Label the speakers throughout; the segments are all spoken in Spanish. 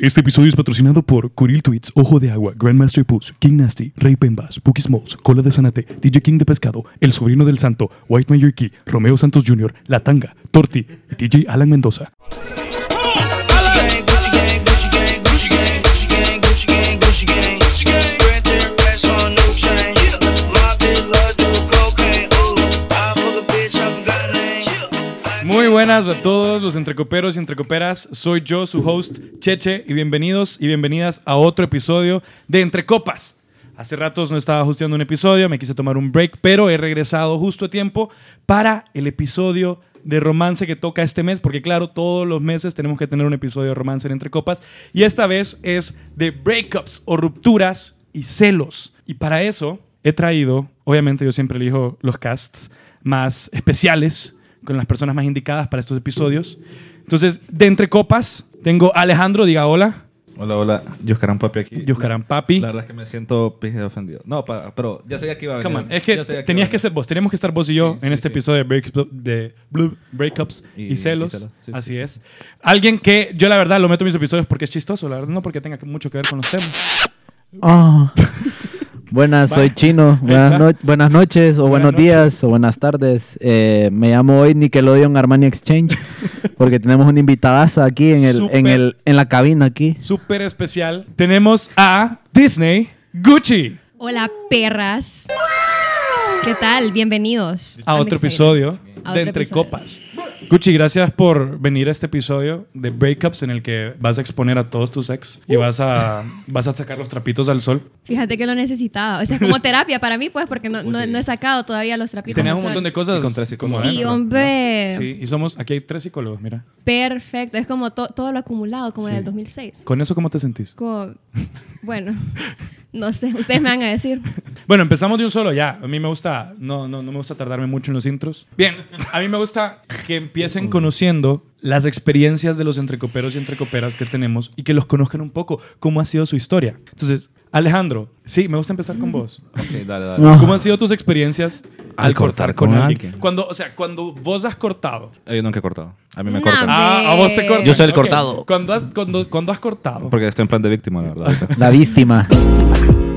Speaker 1: Este episodio es patrocinado por Curil Tweets, Ojo de Agua, Grandmaster Puss, King Nasty, Rey Pembas, Bookie Smalls, Cola de Zanate, DJ King de Pescado, El Sobrino del Santo, White Mayor Key, Romeo Santos Jr., La Tanga, Torti y DJ Alan Mendoza.
Speaker 2: Muy buenas a todos los entrecoperos y entrecoperas. Soy yo, su host, Cheche, y bienvenidos y bienvenidas a otro episodio de Entre Copas. Hace ratos no estaba hosteando un episodio, me quise tomar un break, pero he regresado justo a tiempo para el episodio de romance que toca este mes, porque claro, todos los meses tenemos que tener un episodio de romance en Entre Copas, y esta vez es de breakups o rupturas y celos. Y para eso he traído, obviamente yo siempre elijo los casts más especiales, con las personas más indicadas para estos episodios. Entonces, de Entre Copas, tengo a Alejandro, diga hola,
Speaker 3: Hola, hola. Yoscaran Papi aquí.
Speaker 2: Yuscaran Papi.
Speaker 3: La verdad es que me siento pije ofendido. No, pa- pero ya sabía que iba a venir.
Speaker 2: Come on, Es que
Speaker 3: Ya sabía
Speaker 2: tenías
Speaker 3: iba
Speaker 2: que
Speaker 3: a
Speaker 2: ser vos, teníamos que estar vos y yo
Speaker 3: Sí,
Speaker 2: en
Speaker 3: sí,
Speaker 2: este
Speaker 3: sí.
Speaker 2: episodio de, break- de Blue Breakups y,
Speaker 3: Y- y
Speaker 2: Celos.
Speaker 3: celos, sí, sí,
Speaker 2: Así
Speaker 3: sí.
Speaker 2: es. Alguien que yo la verdad lo meto en mis episodios porque es chistoso, la verdad no porque tenga mucho que ver con los temas.
Speaker 4: Ah. Buenas,
Speaker 2: Va.
Speaker 4: soy Chino.
Speaker 2: está.
Speaker 4: Buenas, no- buenas noches, o
Speaker 2: Buenas
Speaker 4: buenos días, o buenas tardes. Eh, me llamo hoy Nickelodeon Armani Exchange porque tenemos una invitadaza aquí en, el,
Speaker 2: Súper.
Speaker 4: en, el, en la cabina aquí.
Speaker 2: Súper especial. Tenemos a Disney Gucci
Speaker 5: Hola, perras. ¿Qué tal? Bienvenidos.
Speaker 2: a
Speaker 5: I'm
Speaker 2: otro
Speaker 5: excited.
Speaker 2: episodio
Speaker 5: A
Speaker 2: de
Speaker 5: otro
Speaker 2: Entre
Speaker 5: episodio.
Speaker 2: Copas. Gucci, gracias por venir a este episodio de Breakups en el que vas a exponer a todos tus ex
Speaker 5: Uh.
Speaker 2: y vas a, vas a sacar los trapitos al sol.
Speaker 5: Fíjate que lo necesitaba. O sea, es como terapia para mí, pues, porque no, no-
Speaker 3: Oye.
Speaker 5: no he sacado todavía los trapitos.
Speaker 2: Tenemos un
Speaker 5: al
Speaker 2: montón
Speaker 5: sol.
Speaker 2: de cosas.
Speaker 3: Y con tres psicólogos.
Speaker 5: Sí,
Speaker 3: Bueno,
Speaker 5: hombre.
Speaker 2: Sí, y somos, aquí hay tres psicólogos, mira.
Speaker 5: Perfecto. Es como to- todo lo acumulado, como
Speaker 2: Sí.
Speaker 5: en el 2006.
Speaker 2: ¿Con eso cómo te sentís?
Speaker 5: Co- bueno, no sé. Ustedes me van a decir.
Speaker 2: Bueno, empezamos de un solo ya. A mí me gusta, no, no, no me gusta tardarme mucho en los intros. Bien, a mí me gusta que empiecen conociendo las experiencias de los entrecoperos y entrecoperas que tenemos y que los conozcan un poco, cómo ha sido su historia. Entonces, Alejandro, sí, me gusta empezar con vos.
Speaker 3: venir. Ok, dale, dale.
Speaker 4: No.
Speaker 2: ¿Cómo han sido tus experiencias al,
Speaker 3: Ah. Al
Speaker 2: cortar,
Speaker 3: cortar
Speaker 2: con,
Speaker 3: con
Speaker 2: alguien?
Speaker 3: alguien.
Speaker 2: Cuando, o sea, cuando vos has cortado.
Speaker 3: Ah, Yo nunca he cortado. A mí me
Speaker 5: Nah,
Speaker 3: cortan.
Speaker 5: Ah,
Speaker 2: Ah, a vos te cortan.
Speaker 3: Yo soy el
Speaker 2: Ok.
Speaker 3: cortado.
Speaker 2: Cuando has, cuando, cuando has cortado.
Speaker 3: Porque estoy en plan de víctima, la
Speaker 2: Ah.
Speaker 3: verdad.
Speaker 4: La víctima.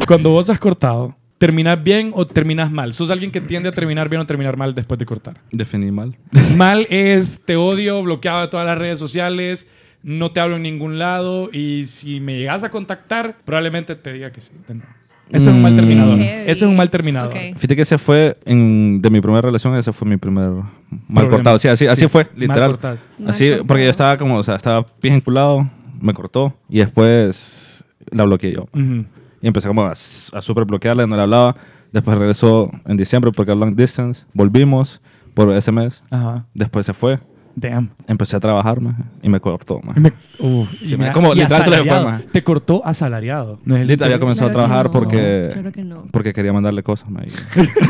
Speaker 2: Cuando vos has cortado, ¿terminas bien o terminas mal? ¿Sos alguien que tiende a terminar bien o terminar mal después de cortar?
Speaker 3: Definí mal.
Speaker 2: Mal es te odio, bloqueado de todas las redes sociales, no te hablo en ningún lado y si me llegas a contactar, probablemente te diga que sí. de nuevo. Ese es un mal
Speaker 3: Mm.
Speaker 2: terminador.
Speaker 5: Heavy.
Speaker 2: Ese es un mal terminador.
Speaker 5: Ok.
Speaker 3: Fíjate que ese fue, en- de mi primera relación, ese fue mi primer mal
Speaker 2: Problema.
Speaker 3: cortado. Sí, así, así
Speaker 2: Sí,
Speaker 3: fue,
Speaker 2: mal
Speaker 3: literal.
Speaker 2: cortado.
Speaker 5: Mal
Speaker 3: Así, porque
Speaker 5: cortado.
Speaker 3: yo estaba como, o sea, estaba pije enculado, me cortó y después la bloqueé yo.
Speaker 2: Ujú.
Speaker 3: Y empecé como a, s- a super bloquearla, no le hablaba. Después regresó en diciembre porque long distance. Volvimos por ese mes.
Speaker 2: Ajá.
Speaker 3: Después se fue.
Speaker 2: Damn.
Speaker 3: Empecé a trabajar, maje, y me cortó, maje.
Speaker 2: Me- uh, y
Speaker 3: Sí,
Speaker 2: mira,
Speaker 3: como
Speaker 2: y
Speaker 3: literal se le fue,
Speaker 2: asalariado.
Speaker 3: maje.
Speaker 2: Te cortó asalariado. No es el-
Speaker 3: Lita había comenzado
Speaker 5: Claro
Speaker 3: a trabajar
Speaker 5: que no,
Speaker 3: porque,
Speaker 5: claro que no.
Speaker 3: porque quería mandarle cosas, maje.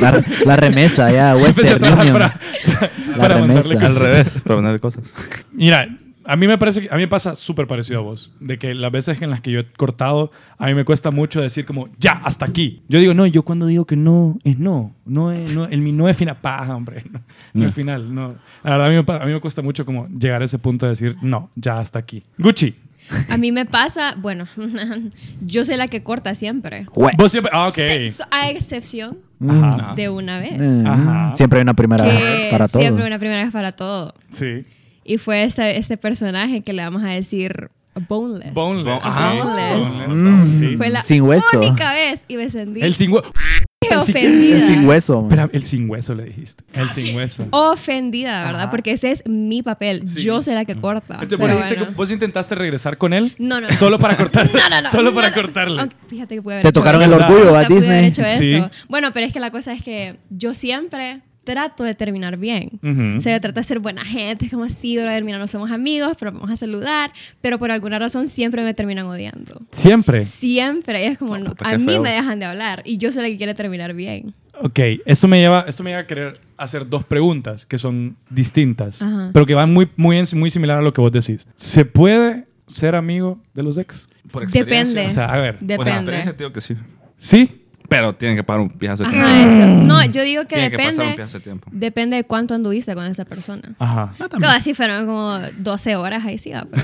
Speaker 4: La, la remesa ya,
Speaker 2: Empecé a
Speaker 4: Western
Speaker 2: trabajar
Speaker 4: Union.
Speaker 2: para,
Speaker 4: La
Speaker 2: para mandarle
Speaker 4: remesa.
Speaker 2: cosas.
Speaker 3: Al revés, para mandarle cosas.
Speaker 2: Mira, a mí me parece que a mí me pasa súper parecido a vos, de que las veces en las que yo he cortado, a mí me cuesta mucho decir como ya hasta aquí. Yo digo, no, yo cuando digo que no es no, no es no, el mi no es fina paja, hombre. No, no es final, no. La verdad a mí, me, pa- a mí me cuesta mucho como llegar a ese punto de decir, no, ya hasta aquí. Gucci,
Speaker 5: A mí me pasa, bueno, yo soy la que corta siempre.
Speaker 4: Güey.
Speaker 2: vos siempre ah, ok. Ah.
Speaker 5: Sexo- A excepción
Speaker 2: Ajá.
Speaker 5: de una vez.
Speaker 4: Mm,
Speaker 2: Ajá.
Speaker 4: Siempre hay una primera
Speaker 5: que
Speaker 4: para todo.
Speaker 5: siempre una primera vez para todo.
Speaker 2: Sí.
Speaker 5: Y fue este, este personaje que le vamos a decir Boneless.
Speaker 2: Boneless.
Speaker 3: Ajá.
Speaker 5: Boneless.
Speaker 2: Boneless. Sí.
Speaker 5: Fue la
Speaker 4: Sin hueso.
Speaker 5: única vez y me sentí
Speaker 2: El sin hueso.
Speaker 5: ofendida.
Speaker 4: Sin hueso. man.
Speaker 2: Espera, el sin hueso le dijiste. El sin hueso.
Speaker 5: ofendida, ¿verdad?
Speaker 2: Ajá.
Speaker 5: Porque ese es mi papel.
Speaker 2: Sí.
Speaker 5: Yo soy la que corta.
Speaker 2: Entonces, Este, vos,
Speaker 5: Ah, pero
Speaker 2: dijiste
Speaker 5: bueno.
Speaker 2: que vos intentaste regresar con él
Speaker 5: No, no, no.
Speaker 2: solo para cortar.
Speaker 5: No, no, no.
Speaker 2: Solo
Speaker 5: no,
Speaker 2: para
Speaker 5: no.
Speaker 2: cortarle.
Speaker 5: Aunque fíjate que pude haber
Speaker 4: Te
Speaker 5: hecho
Speaker 4: tocaron
Speaker 5: eso.
Speaker 4: el orgullo a
Speaker 5: Pude haber
Speaker 4: Disney.
Speaker 5: hecho
Speaker 2: Sí.
Speaker 5: eso. Bueno, pero es que la cosa es que yo siempre trato de terminar bien.
Speaker 2: Ujú.
Speaker 5: O sea, yo trato de ser buena gente. Es como así, brother, mira, no somos amigos, pero vamos a saludar. Pero por alguna razón siempre me terminan odiando.
Speaker 2: Siempre.
Speaker 5: Siempre. Y es como,
Speaker 3: No,
Speaker 5: no,
Speaker 3: puta, qué
Speaker 5: a mí
Speaker 3: feo.
Speaker 5: me dejan de hablar. Y yo soy la que quiere terminar bien.
Speaker 2: Ok, esto me, lleva, esto me lleva a querer hacer dos preguntas que son distintas,
Speaker 5: Ajá.
Speaker 2: pero que van muy, muy, en- muy similar a lo que vos decís. ¿Se puede ser amigo de los ex?
Speaker 3: Por
Speaker 5: Depende.
Speaker 2: O sea, a ver,
Speaker 3: Por
Speaker 5: Depende.
Speaker 3: experiencia, te digo que sí.
Speaker 2: ¿sí?
Speaker 3: pero tienen que pagar un pijazo de tiempo.
Speaker 5: Ajá, eso. No, yo digo que
Speaker 3: Tiene que pasar
Speaker 5: depende.
Speaker 3: un pedazo de tiempo.
Speaker 5: depende de cuánto anduviste con esa persona.
Speaker 2: Ajá.
Speaker 5: Como así fueron como 12 horas ahí sí va, pero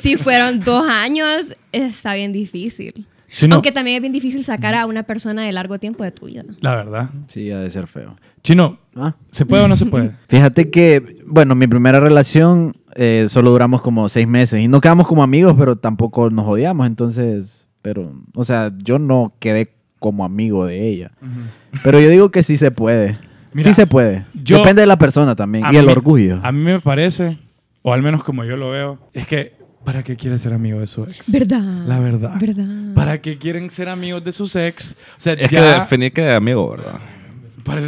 Speaker 5: si fueron dos años, está bien difícil.
Speaker 2: Sí, no.
Speaker 5: Aunque también es bien difícil sacar a una persona de largo tiempo de tu vida.
Speaker 2: La verdad.
Speaker 4: Sí, ha de ser feo.
Speaker 2: Chino,
Speaker 4: Ah.
Speaker 2: ¿se puede o no se puede?
Speaker 4: Fíjate que, bueno, mi primera relación eh, solo duramos como seis meses y no quedamos como amigos, pero tampoco nos odiamos, entonces, pero, o sea, yo no quedé como amigo de ella. Pero yo digo que sí se puede.
Speaker 2: Mira,
Speaker 4: sí se puede.
Speaker 2: yo-
Speaker 4: Depende de la persona también
Speaker 2: A
Speaker 4: y el
Speaker 2: mí-
Speaker 4: orgullo.
Speaker 2: A mí me parece, o al menos como yo lo veo, es que ¿para qué quiere ser amigo de su ex?
Speaker 5: ¿Verdad?
Speaker 2: La verdad.
Speaker 5: ¿Verdad?
Speaker 2: ¿Para qué quieren ser amigos de sus ex? O sea,
Speaker 3: Es
Speaker 2: ya
Speaker 3: que definir que de amigo, ¿verdad?
Speaker 2: para,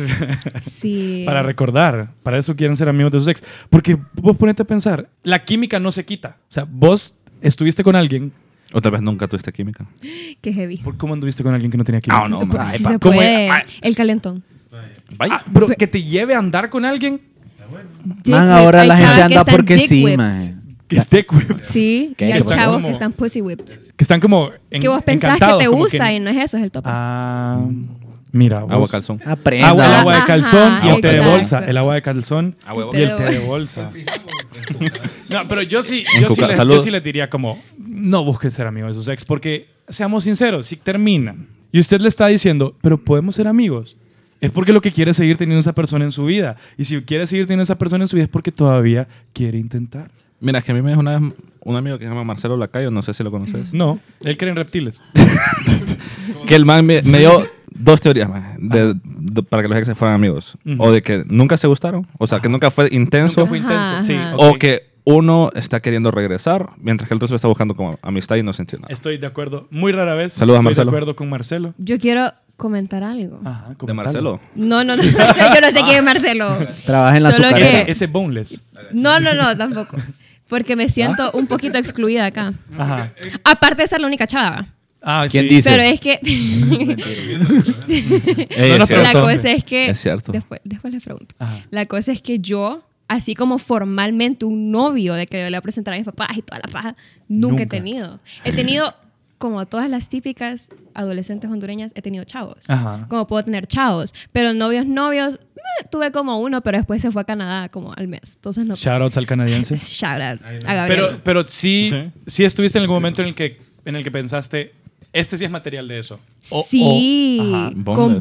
Speaker 5: Sí.
Speaker 2: para recordar, para eso quieren ser amigos de sus ex. Porque vos ponete a pensar, la química no se quita. O sea, vos estuviste con alguien,
Speaker 3: O tal vez nunca tuviste química.
Speaker 5: Qué heavy.
Speaker 2: ¿por cómo anduviste con alguien que no tenía química?
Speaker 3: Ah, no,
Speaker 5: Porque
Speaker 3: ma.
Speaker 5: sí
Speaker 2: pa-
Speaker 5: se
Speaker 2: ¿cómo
Speaker 5: puede.
Speaker 2: es? Ay.
Speaker 5: El calentón.
Speaker 2: Ah, pero que te lleve a andar con alguien.
Speaker 5: Dick
Speaker 4: Man,
Speaker 5: whips.
Speaker 4: ahora
Speaker 5: Hay
Speaker 4: la
Speaker 5: chavas
Speaker 4: gente
Speaker 5: que
Speaker 4: anda
Speaker 5: están
Speaker 4: porque
Speaker 5: dick
Speaker 4: sí,
Speaker 5: whipped.
Speaker 4: man.
Speaker 2: Que, te cu-
Speaker 5: Sí,
Speaker 4: ¿Qué?
Speaker 5: y hay
Speaker 4: Que
Speaker 5: chavos
Speaker 2: como-
Speaker 5: que están pussy whipped.
Speaker 2: que están como en-
Speaker 5: Que vos pensás que
Speaker 2: encantados,
Speaker 5: te
Speaker 2: como
Speaker 5: gusta y no es eso, es el tope.
Speaker 2: Ah, mira. vos.
Speaker 3: Agua calzón.
Speaker 4: Aprenda.
Speaker 2: Agua, el
Speaker 5: Ah,
Speaker 2: agua de
Speaker 5: ajá,
Speaker 2: calzón y el té de
Speaker 5: exacto.
Speaker 2: bolsa. El agua de calzón
Speaker 3: Agua de
Speaker 2: y el
Speaker 5: bolsa.
Speaker 2: té de bolsa. No, pero yo sí,
Speaker 3: En
Speaker 2: yo sí,
Speaker 3: Coca-
Speaker 2: les, yo
Speaker 3: saludos.
Speaker 2: sí les diría como, no busquen ser amigos de sus ex, porque seamos sinceros, si terminan y usted le está diciendo, pero podemos ser amigos, es porque lo que quiere es seguir teniendo esa persona en su vida. Y si quiere seguir teniendo esa persona en su vida es porque todavía quiere intentar.
Speaker 3: Mira, es que a mí me dijo una vez un amigo que se llama Marcelo Lacayo, no sé si lo conoces.
Speaker 2: No, él cree en reptiles.
Speaker 3: que el man me, me dio dos teorías man, de- de- para que los exes fueran amigos. O de que nunca se gustaron, o sea, que nunca fue intenso.
Speaker 2: Nunca fue intenso. Sí,
Speaker 5: ajá.
Speaker 3: O
Speaker 2: ok.
Speaker 3: que uno está queriendo regresar, mientras que el otro se lo está buscando como amistad y no sentí nada.
Speaker 2: Estoy de acuerdo, muy rara vez.
Speaker 3: Saludos a
Speaker 2: estoy
Speaker 3: Marcelo.
Speaker 2: de acuerdo con Marcelo.
Speaker 5: Yo quiero comentar algo.
Speaker 2: Ajá,
Speaker 3: ¿De Marcelo?
Speaker 5: No, no, no. Yo no sé quién es Marcelo.
Speaker 4: Trabaja en la
Speaker 5: Solo
Speaker 4: azucarera.
Speaker 5: que-
Speaker 2: Ese, ese boneless.
Speaker 5: No, no, no, tampoco. Porque me
Speaker 2: ¿Ah?
Speaker 5: siento un poquito excluida acá.
Speaker 2: Ajá.
Speaker 5: Aparte de ser la única chava.
Speaker 2: Ah,
Speaker 4: ¿Quién
Speaker 2: sí.
Speaker 4: dice?
Speaker 5: Pero es que.
Speaker 3: Ey,
Speaker 2: No, no,
Speaker 3: es
Speaker 2: pero
Speaker 5: la
Speaker 3: cierto.
Speaker 5: cosa es que.
Speaker 3: Es cierto.
Speaker 5: Después, después les pregunto.
Speaker 2: Ajá.
Speaker 5: La cosa es que yo, así como formalmente un novio de que le voy a presentar a mis papás y toda la paja, nunca, he
Speaker 2: Nunca.
Speaker 5: tenido. He tenido, como todas las típicas adolescentes hondureñas, he tenido chavos.
Speaker 2: Ajá.
Speaker 5: Como puedo tener chavos. Pero novios, novios, eh, tuve como uno, pero después se fue a Canadá como al mes. Entonces no.
Speaker 2: Shoutouts al canadiense.
Speaker 5: Shout out a Gabriel.
Speaker 2: Pero, pero sí,
Speaker 3: Sí.
Speaker 2: sí estuviste en algún momento en el que, en el que pensaste, este sí es material de eso. O-
Speaker 5: sí,
Speaker 2: o- ajá.
Speaker 5: con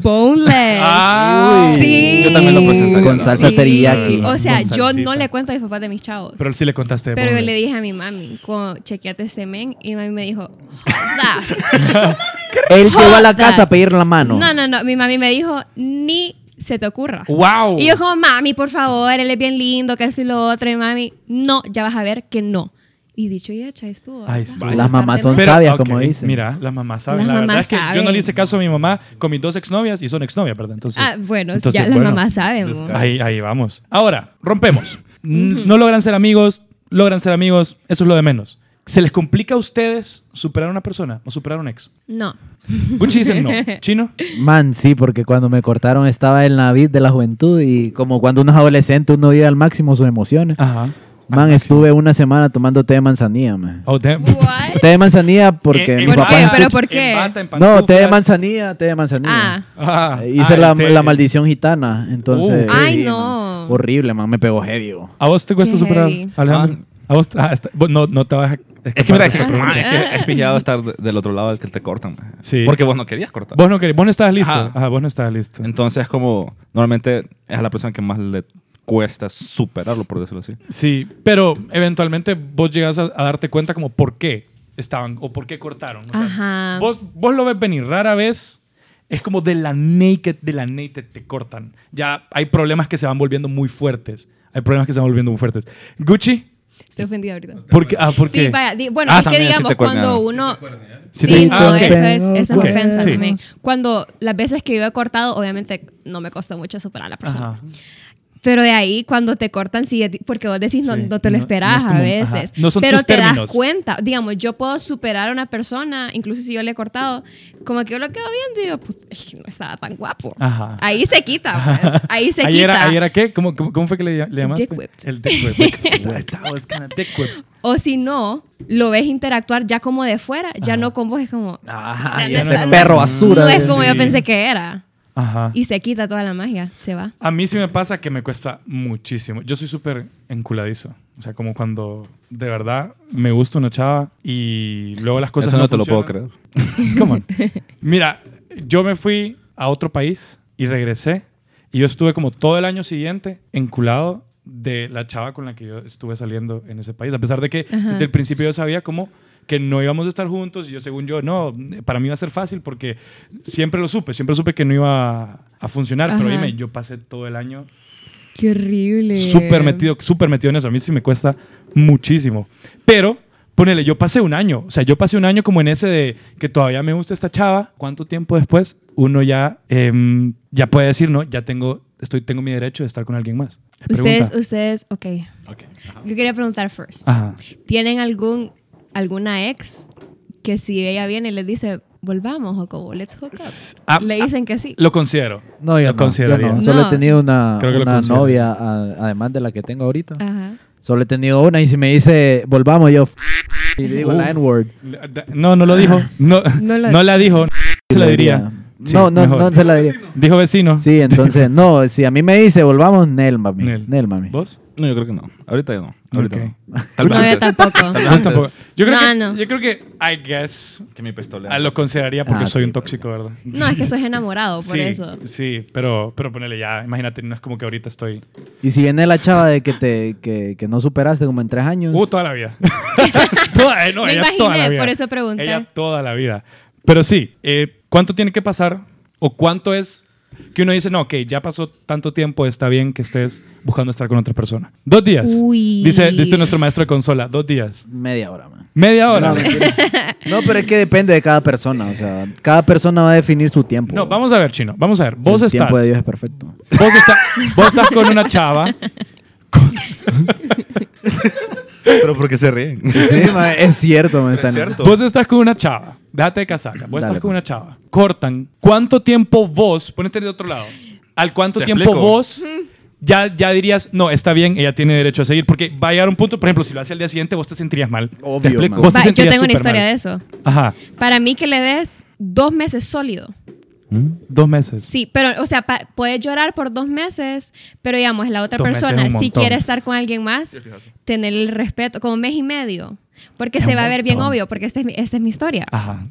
Speaker 3: boneless.
Speaker 5: boneless.
Speaker 2: Ah,
Speaker 5: sí.
Speaker 3: Yo también lo presentaría,
Speaker 4: Con salsa teriyaki.
Speaker 5: O sea,
Speaker 2: Con
Speaker 5: yo
Speaker 2: salsita.
Speaker 5: no le cuento a mis papás de mis chavos.
Speaker 2: Pero
Speaker 5: Pero,
Speaker 2: sí le contaste. de
Speaker 5: yo
Speaker 2: boneless.
Speaker 5: le dije a mi mami, como chequeate este men, y mami me dijo, "Jodas".
Speaker 4: Él llegó a la
Speaker 5: Jodas.
Speaker 4: casa a pedir la mano.
Speaker 5: No, no, no. Mi mami me dijo, ni se te ocurra.
Speaker 2: ¡Wow!
Speaker 5: Y yo como, mami, por favor, él es bien lindo, que esto y lo otro. Y mami, no, ya vas a ver que no. Y dicho y hecho, ahí estuvo.
Speaker 2: Ahí
Speaker 5: ¿verdad?
Speaker 2: estuvo.
Speaker 5: Por
Speaker 4: Las
Speaker 5: parte
Speaker 4: mamás
Speaker 5: de
Speaker 4: son
Speaker 5: mami.
Speaker 4: sabias,
Speaker 2: ok,
Speaker 4: como dicen.
Speaker 2: Mira, las mamás saben.
Speaker 5: Las
Speaker 2: la verdad
Speaker 5: mamás
Speaker 2: es que yo no
Speaker 5: saben.
Speaker 2: le hice caso a mi mamá con mis dos exnovias y son exnovias, ¿verdad? Entonces,
Speaker 5: Ah, bueno,
Speaker 2: entonces,
Speaker 5: ya las
Speaker 2: bueno,
Speaker 5: mamás saben. mo.
Speaker 2: Ahí, ahí vamos. Ahora, rompemos. N- no logran ser amigos, logran ser amigos, eso es lo de menos. ¿Se les complica a ustedes superar a una persona o superar a un ex?
Speaker 5: No.
Speaker 2: Gucci dicen no. ¿Chino?
Speaker 4: Man, sí, porque cuando me cortaron estaba en la vid de la juventud y como cuando uno es adolescente uno vive al máximo sus emociones.
Speaker 2: Ajá.
Speaker 4: Man, estuve una semana tomando té de manzanilla, man.
Speaker 2: Ah, Oh, damn.
Speaker 5: What?
Speaker 4: Té de manzanilla porque
Speaker 2: En-
Speaker 4: mi
Speaker 2: en
Speaker 5: ¿Por
Speaker 4: papá...
Speaker 5: qué?
Speaker 2: bata,
Speaker 5: ¿Pero por qué?
Speaker 2: en bata, en
Speaker 4: No, té de
Speaker 2: eh, pantuflas.
Speaker 4: manzanilla, té de manzanilla.
Speaker 5: Ah.
Speaker 2: Ah,
Speaker 4: Eh, Hice
Speaker 2: ah,
Speaker 4: la,
Speaker 2: el té.
Speaker 4: la maldición gitana, entonces...
Speaker 2: Uh.
Speaker 5: Ay,
Speaker 4: sí,
Speaker 5: no.
Speaker 4: man. Horrible, man, me pegó heavy. bo.
Speaker 2: ¿A vos te cuesta
Speaker 5: Qué
Speaker 2: superar,
Speaker 5: heavy.
Speaker 2: Alejandro? ¿A vos? Ah, está- vos no, no te vas a...
Speaker 3: Es que mira, es, que,
Speaker 2: escapar de esa pregunta.
Speaker 3: es que es pillado estar de- del otro lado del que te cortan. man.
Speaker 2: Sí.
Speaker 3: Porque vos no querías cortar.
Speaker 2: Vos no querés, vos no estabas listo. Ajá.
Speaker 3: Ajá.
Speaker 2: vos no estabas listo.
Speaker 3: Entonces, como normalmente es a la persona que más le cuesta superarlo, por decirlo así.
Speaker 2: Sí, pero eventualmente vos llegas a, a darte cuenta como por qué estaban o por qué cortaron. O sea,
Speaker 5: Ajá.
Speaker 2: Vos, vos lo ves venir. Rara vez es como de la naked, de la naked te cortan. Ya hay problemas que se van volviendo muy fuertes. Hay problemas que se van volviendo muy fuertes. Gucci,
Speaker 5: Estoy ofendida ahorita.
Speaker 2: ¿por qué? Ah, ¿por
Speaker 5: Sí,
Speaker 2: qué?
Speaker 5: vaya, di- bueno,
Speaker 3: Ah,
Speaker 5: es que
Speaker 3: también, sí
Speaker 5: digamos,
Speaker 3: te cuernean.
Speaker 5: cuando uno...
Speaker 2: Sí
Speaker 5: Sí,
Speaker 2: te
Speaker 5: no,
Speaker 2: cuernean.
Speaker 5: eso es, eso es
Speaker 2: Ok,
Speaker 5: ofensa
Speaker 2: sí.
Speaker 5: también. Cuando las veces que yo he cortado, obviamente no me costó mucho superar a la persona.
Speaker 2: Ajá.
Speaker 5: Pero de ahí, cuando te cortan, sí, es di- porque vos decís, no,
Speaker 2: Sí,
Speaker 5: no te lo
Speaker 2: no- no
Speaker 5: esperas
Speaker 2: es como-
Speaker 5: a
Speaker 2: ajá,
Speaker 5: veces.
Speaker 2: no son
Speaker 5: pero
Speaker 2: tus
Speaker 5: te
Speaker 2: términos.
Speaker 5: das cuenta. Digamos, yo puedo superar a una persona, incluso si yo le he cortado, como que yo lo quedo viendo y digo, "Put- es que no estaba tan guapo.
Speaker 2: Ajá.
Speaker 5: Ahí se quita, pues. Ahí se
Speaker 2: ¿Ahí
Speaker 5: quita.
Speaker 2: Era, ¿Ahí era qué? ¿Cómo, cómo, cómo fue que le, llam- le llamaste?
Speaker 5: Dick whipped.
Speaker 2: El dick whip. Ahí está, es que era dick whip.
Speaker 5: O si no, lo ves interactuar ya como de fuera, ya no con vos, es como.
Speaker 4: Ajá,
Speaker 5: o sea,
Speaker 4: y
Speaker 5: Ah, no
Speaker 4: ese
Speaker 5: está- no
Speaker 4: perro
Speaker 5: es-
Speaker 4: basura.
Speaker 5: No es
Speaker 4: Sí.
Speaker 5: como yo
Speaker 2: Sí.
Speaker 5: pensé que era.
Speaker 2: Ajá.
Speaker 5: Y se quita toda la magia, se va.
Speaker 2: A mí sí me pasa que me cuesta muchísimo. Yo soy súper enculadizo. O sea, como cuando de verdad me gusta una chava y luego las cosas
Speaker 3: Eso no, te lo puedo
Speaker 2: funcionan.
Speaker 3: creer.
Speaker 2: Come on. Mira, yo me fui a otro país y regresé. Y yo estuve como todo el año siguiente enculado de la chava con la que yo estuve saliendo en ese país. A pesar de que
Speaker 5: Ajá.
Speaker 2: desde el principio yo sabía como que no íbamos a estar juntos. Y yo, según yo, no, para mí iba a ser fácil porque siempre lo supe. Siempre supe que no iba a funcionar. Pero
Speaker 5: Ajá.
Speaker 2: dime, yo pasé todo el año
Speaker 5: Qué horrible.
Speaker 2: súper metido, súper metido en eso. A mí sí me cuesta muchísimo. Pero, ponele, yo pasé un año. O sea, yo pasé un año como en ese de que todavía me gusta esta chava. ¿Cuánto tiempo después uno ya, em, ya puede decir, no, ya tengo, estoy, tengo mi derecho de estar con alguien más?
Speaker 5: Ustedes,
Speaker 2: Pregunta. Ah.
Speaker 5: ustedes, ok. Yo quería preguntar first.
Speaker 2: Ajá.
Speaker 5: ¿Tienen algún, alguna ex que si ella viene y les dice, volvamos o como, let's hook up?
Speaker 2: Ah,
Speaker 5: Le
Speaker 2: ah,
Speaker 5: dicen que sí.
Speaker 2: Lo considero.
Speaker 4: No, yo
Speaker 2: lo
Speaker 4: no,
Speaker 2: consideraría.
Speaker 4: yo no. Solo
Speaker 5: No.
Speaker 4: he tenido una,
Speaker 2: Creo que lo
Speaker 4: una
Speaker 2: considero.
Speaker 4: novia, a- además de la que tengo ahorita.
Speaker 5: Ajá.
Speaker 4: Solo he tenido una y si me dice, volvamos, yo... f- Y digo la N-word.
Speaker 2: No, no lo dijo. No, no,
Speaker 5: No lo-
Speaker 2: la dijo. Se la diría. Sí,
Speaker 4: No, no,
Speaker 2: mejor.
Speaker 4: no se la diría.
Speaker 2: Dijo vecino.
Speaker 4: Sí, entonces, no, si a mí me dice, volvamos, Nel, mami.
Speaker 2: Nel.
Speaker 4: Nel, mami.
Speaker 2: ¿Vos?
Speaker 3: No, yo creo que no. Ahorita yo no. Ahorita
Speaker 2: Ok.
Speaker 3: no. Tal vez
Speaker 5: No, yo
Speaker 3: antes.
Speaker 5: tampoco.
Speaker 3: Tal vez
Speaker 2: Yo
Speaker 3: antes.
Speaker 2: tampoco. Yo creo,
Speaker 5: No,
Speaker 2: que,
Speaker 5: no.
Speaker 2: yo creo que, I guess,
Speaker 3: Que mi pistola.
Speaker 2: ah, lo consideraría porque
Speaker 4: Ah,
Speaker 2: soy
Speaker 4: sí,
Speaker 2: un tóxico, ¿verdad?
Speaker 5: No, es que sos enamorado por
Speaker 2: sí,
Speaker 5: eso.
Speaker 2: Sí, pero, pero ponele ya, imagínate, no es como que ahorita estoy.
Speaker 4: Y si viene la chava de que te que, que no superaste como en tres años.
Speaker 2: Uh, toda la vida. toda, eh, no,
Speaker 5: Me
Speaker 2: ella toda la
Speaker 5: imaginé,
Speaker 2: vida.
Speaker 5: por eso pregunté.
Speaker 2: Ella toda la vida. Pero sí, eh, ¿cuánto tiene que pasar? ¿O cuánto es que uno dice, no, ok, ya pasó tanto tiempo, está bien que estés buscando estar con otra persona? Dos días.
Speaker 5: Uy.
Speaker 2: Dice, dice nuestro maestro de consola, dos días.
Speaker 4: Media hora, man.
Speaker 2: Media hora.
Speaker 4: No, mentira. No, pero es que depende de cada persona. O sea, cada persona va a definir su tiempo.
Speaker 2: No, vamos a ver, Chino, vamos a ver. Vos
Speaker 4: El
Speaker 2: estás.
Speaker 4: tiempo de Dios es perfecto.
Speaker 2: Vos, está- vos estás con una chava.
Speaker 3: Pero porque se ríen.
Speaker 4: Sí, ma, es cierto, man, está-
Speaker 3: Es cierto.
Speaker 2: Vos estás con una chava. Déjate de casaca. Vos
Speaker 4: Dale, pues.
Speaker 2: estás con
Speaker 4: pa.
Speaker 2: una chava. Cortan. ¿Cuánto tiempo vos, ponete de otro lado, al cuánto
Speaker 3: Te
Speaker 2: tiempo
Speaker 3: explico.
Speaker 2: vos ya, ya dirías, no, está bien, ella tiene derecho a seguir? Porque va a llegar un punto, por ejemplo, si lo hace al día siguiente, vos te sentirías mal.
Speaker 4: Obvio,
Speaker 2: te explico.
Speaker 4: man.
Speaker 2: Vos te
Speaker 5: Va, yo
Speaker 2: sentirías
Speaker 5: tengo una
Speaker 2: súper
Speaker 5: historia
Speaker 2: mal.
Speaker 5: de eso.
Speaker 2: Ajá,
Speaker 5: Para mí que le des dos meses sólido.
Speaker 2: dos meses.
Speaker 5: Sí, pero, o sea, pa- puedes llorar por dos meses, pero digamos, la otra
Speaker 2: Dos meses
Speaker 5: persona,
Speaker 2: es un
Speaker 5: si
Speaker 2: montón.
Speaker 5: quiere estar con alguien más, tener el respeto, como un mes y medio. Porque se va a ver bien
Speaker 2: montón. Ah.
Speaker 5: obvio, porque esta es mi, esta es mi historia.
Speaker 2: Ajá.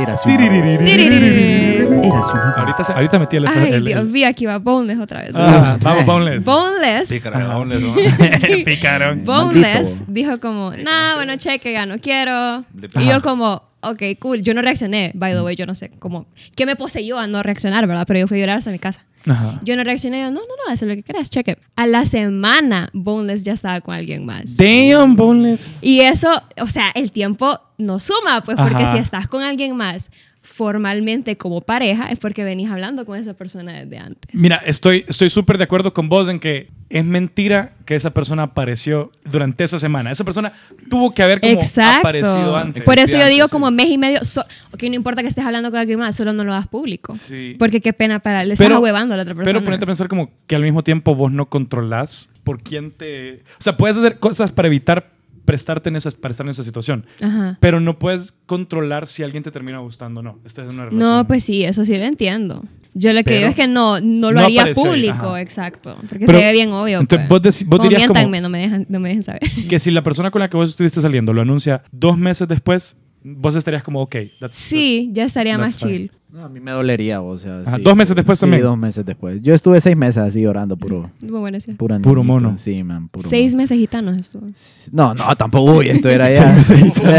Speaker 4: Era su Era su
Speaker 2: Ahorita, se- ahorita metí el.
Speaker 5: Ay,
Speaker 2: el-
Speaker 5: Dios
Speaker 2: el-
Speaker 5: mío, aquí va Boneless otra vez.
Speaker 2: Ah, vamos, ponles.
Speaker 5: Boneless.
Speaker 3: Pues,
Speaker 5: Sí.
Speaker 2: Picaron.
Speaker 5: Boneless
Speaker 4: Maldito.
Speaker 5: dijo como, nah, bueno, cheque, ya no quiero.
Speaker 3: De-
Speaker 5: Y
Speaker 2: Ajá.
Speaker 5: yo como, ok, cool. Yo no reaccioné, by the way, yo no sé, como, ¿qué me poseyó a no reaccionar, verdad? Pero yo fui a llorar hasta mi casa.
Speaker 2: Ajá.
Speaker 5: Yo no reaccioné, yo, no, no, no, haz lo que quieras, cheque. A la semana, Boneless ya estaba con alguien más.
Speaker 2: Damn, boneless.
Speaker 5: Y eso, o sea, el tiempo no suma, pues, porque
Speaker 2: Ajá.
Speaker 5: si estás con alguien más formalmente como pareja, es porque venís hablando con esa persona desde antes.
Speaker 2: Mira, estoy estoy súper de acuerdo con vos en que es mentira que esa persona apareció durante esa semana. Esa persona tuvo que haber como aparecido antes.
Speaker 5: Por eso yo
Speaker 3: antes,
Speaker 5: digo
Speaker 3: sí.
Speaker 5: como mes y medio. so- ok, no importa que estés hablando con alguien más, solo no lo hagas público.
Speaker 2: Sí.
Speaker 5: Porque qué pena para... Le estás ahuevando a la otra persona.
Speaker 2: Pero ponete a pensar como que al mismo tiempo vos no controlás por quién te... O sea, puedes hacer cosas para evitar prestarte en esas, para estar en esa situación.
Speaker 5: Ajá.
Speaker 2: Pero no puedes controlar si alguien te termina gustando o no. Esta es una relación.
Speaker 5: No, pues sí, eso sí lo entiendo. Yo lo que
Speaker 2: Pero
Speaker 5: digo es que no, no lo
Speaker 2: no
Speaker 5: haría
Speaker 2: apareció ahí,
Speaker 5: público,
Speaker 2: ajá.
Speaker 5: exacto. Porque
Speaker 2: Pero,
Speaker 5: se ve bien obvio.
Speaker 2: entonces,
Speaker 5: pues.
Speaker 2: vos deci- vos
Speaker 5: O
Speaker 2: dirías como-
Speaker 5: miéntanme, no, me dejan, no me dejen saber.
Speaker 2: Que si la persona con la que vos estuviste saliendo lo anuncia dos meses después, vos estarías como, ok. that's-
Speaker 5: Sí, ya estaría
Speaker 2: That's
Speaker 5: más
Speaker 2: fine.
Speaker 5: chill.
Speaker 4: No, a mí me dolería, o sea.
Speaker 2: Ajá, ¿dos meses después
Speaker 4: Sí,
Speaker 2: también?
Speaker 4: dos meses después. Yo estuve seis meses así llorando, puro.
Speaker 5: Muy bueno eso.
Speaker 4: Pura
Speaker 2: Puro
Speaker 4: nenita.
Speaker 2: mono.
Speaker 4: Sí, man. Puro
Speaker 5: Seis
Speaker 4: mono.
Speaker 5: meses gitanos estuvo.
Speaker 4: No, no, tampoco. Uy, esto era ya.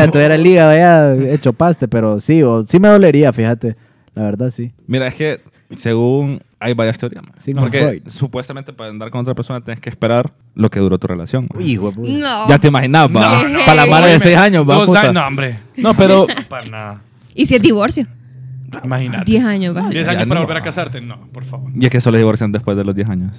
Speaker 4: esto era el hígado ya hecho paste, pero sí, o, sí me dolería, fíjate. La verdad, sí.
Speaker 3: Mira, es que según hay varias teorías. man.
Speaker 4: Sigmund
Speaker 3: porque
Speaker 4: Freud.
Speaker 3: supuestamente para andar con otra persona tienes que esperar lo que duró tu relación. man.
Speaker 4: Uy, hijo de puta.
Speaker 5: No.
Speaker 3: Ya te imaginabas,
Speaker 5: No,
Speaker 3: va.
Speaker 5: no.
Speaker 3: para la madre de
Speaker 2: Óyeme,
Speaker 3: 6 años, va.
Speaker 2: dos
Speaker 3: puta.
Speaker 2: años- no, hombre.
Speaker 3: No, pero
Speaker 2: Para nada.
Speaker 5: ¿Y si es divorcio?
Speaker 2: Imagínate.
Speaker 5: Diez años, va.
Speaker 2: Diez
Speaker 3: Ya
Speaker 2: años
Speaker 3: no.
Speaker 2: para volver a casarte. No, por favor.
Speaker 3: Y es que solo divorcian después de los 10 años.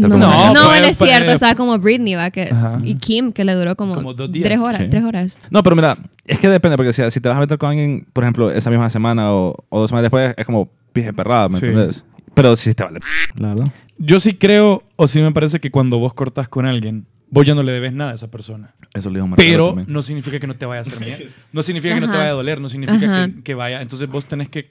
Speaker 3: Tal
Speaker 5: No,
Speaker 2: No,
Speaker 3: como
Speaker 5: no,
Speaker 3: mañana.
Speaker 2: pues,
Speaker 5: no es
Speaker 2: pues,
Speaker 5: cierto.
Speaker 2: eh,
Speaker 5: O sea, como Britney, va, que,
Speaker 2: Ajá.
Speaker 5: y Kim, que le duró como,
Speaker 2: Como dos días,
Speaker 5: tres horas.
Speaker 3: sí.
Speaker 5: Tres horas.
Speaker 3: No, pero mira, es que depende, porque o sea, si te vas a meter con alguien, por ejemplo, esa misma semana o, o dos semanas después, es como pije perrada, ¿me
Speaker 2: Sí.
Speaker 3: entiendes? Pero sí te vale. La verdad.
Speaker 2: Yo sí creo, o sí me parece que cuando vos cortás con alguien, vos ya no le debes nada a esa persona.
Speaker 3: Eso lo dijo Marcelo
Speaker 2: Pero
Speaker 3: también.
Speaker 2: no significa que no te vaya a hacer mierda. No significa que no te
Speaker 5: Ajá.
Speaker 2: vaya a doler, no significa
Speaker 5: Ajá.
Speaker 2: que, que vaya. Entonces vos tenés que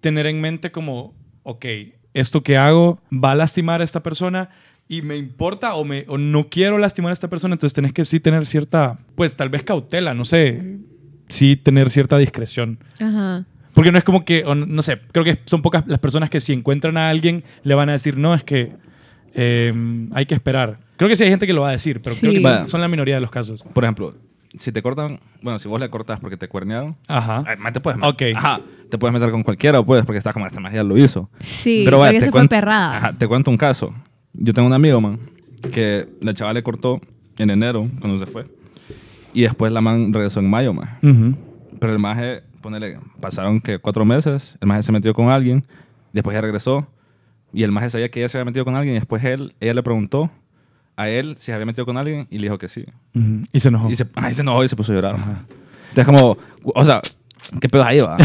Speaker 2: tener en mente como, ok, esto que hago va a lastimar a esta persona y me importa o, me, o no quiero lastimar a esta persona. Entonces tenés que sí tener cierta, pues tal vez cautela, no sé, sí tener cierta discreción.
Speaker 5: Ajá.
Speaker 2: Porque no es como que, o no- no sé, creo que son pocas las personas que si encuentran a alguien le van a decir, no, es que eh, hay que esperar. Creo que sí hay gente que lo va a decir, pero creo que
Speaker 5: Sí.
Speaker 2: son,
Speaker 3: Bueno.
Speaker 2: son la minoría de los casos.
Speaker 3: Por ejemplo, si te cortan, bueno, si vos le cortás porque te cuernearon,
Speaker 2: Ajá.
Speaker 3: ay, más te puedes
Speaker 2: Ok.
Speaker 3: Ajá, te puedes meter con cualquiera o puedes porque estás como esta magia lo hizo.
Speaker 5: Sí,
Speaker 3: Pero vaya,
Speaker 5: porque
Speaker 3: te
Speaker 5: se fue
Speaker 3: cuen-
Speaker 5: perrada.
Speaker 3: Ajá, te cuento un caso. Yo tengo un amigo, man, que la chava le cortó en enero cuando se fue. Y después la man regresó en mayo, man.
Speaker 2: Ujú.
Speaker 3: Pero el maje, ponele, pasaron que cuatro meses, el maje se metió con alguien, después ya regresó, y el maje sabía que ella se había metido con alguien, y después él, ella le preguntó a él si se había metido con alguien, y le dijo que sí.
Speaker 2: Ujú. Y se enojó.
Speaker 3: Y se, ay, se enojó y se puso a llorar. Entonces, como, o sea, ¿qué pedo ahí va?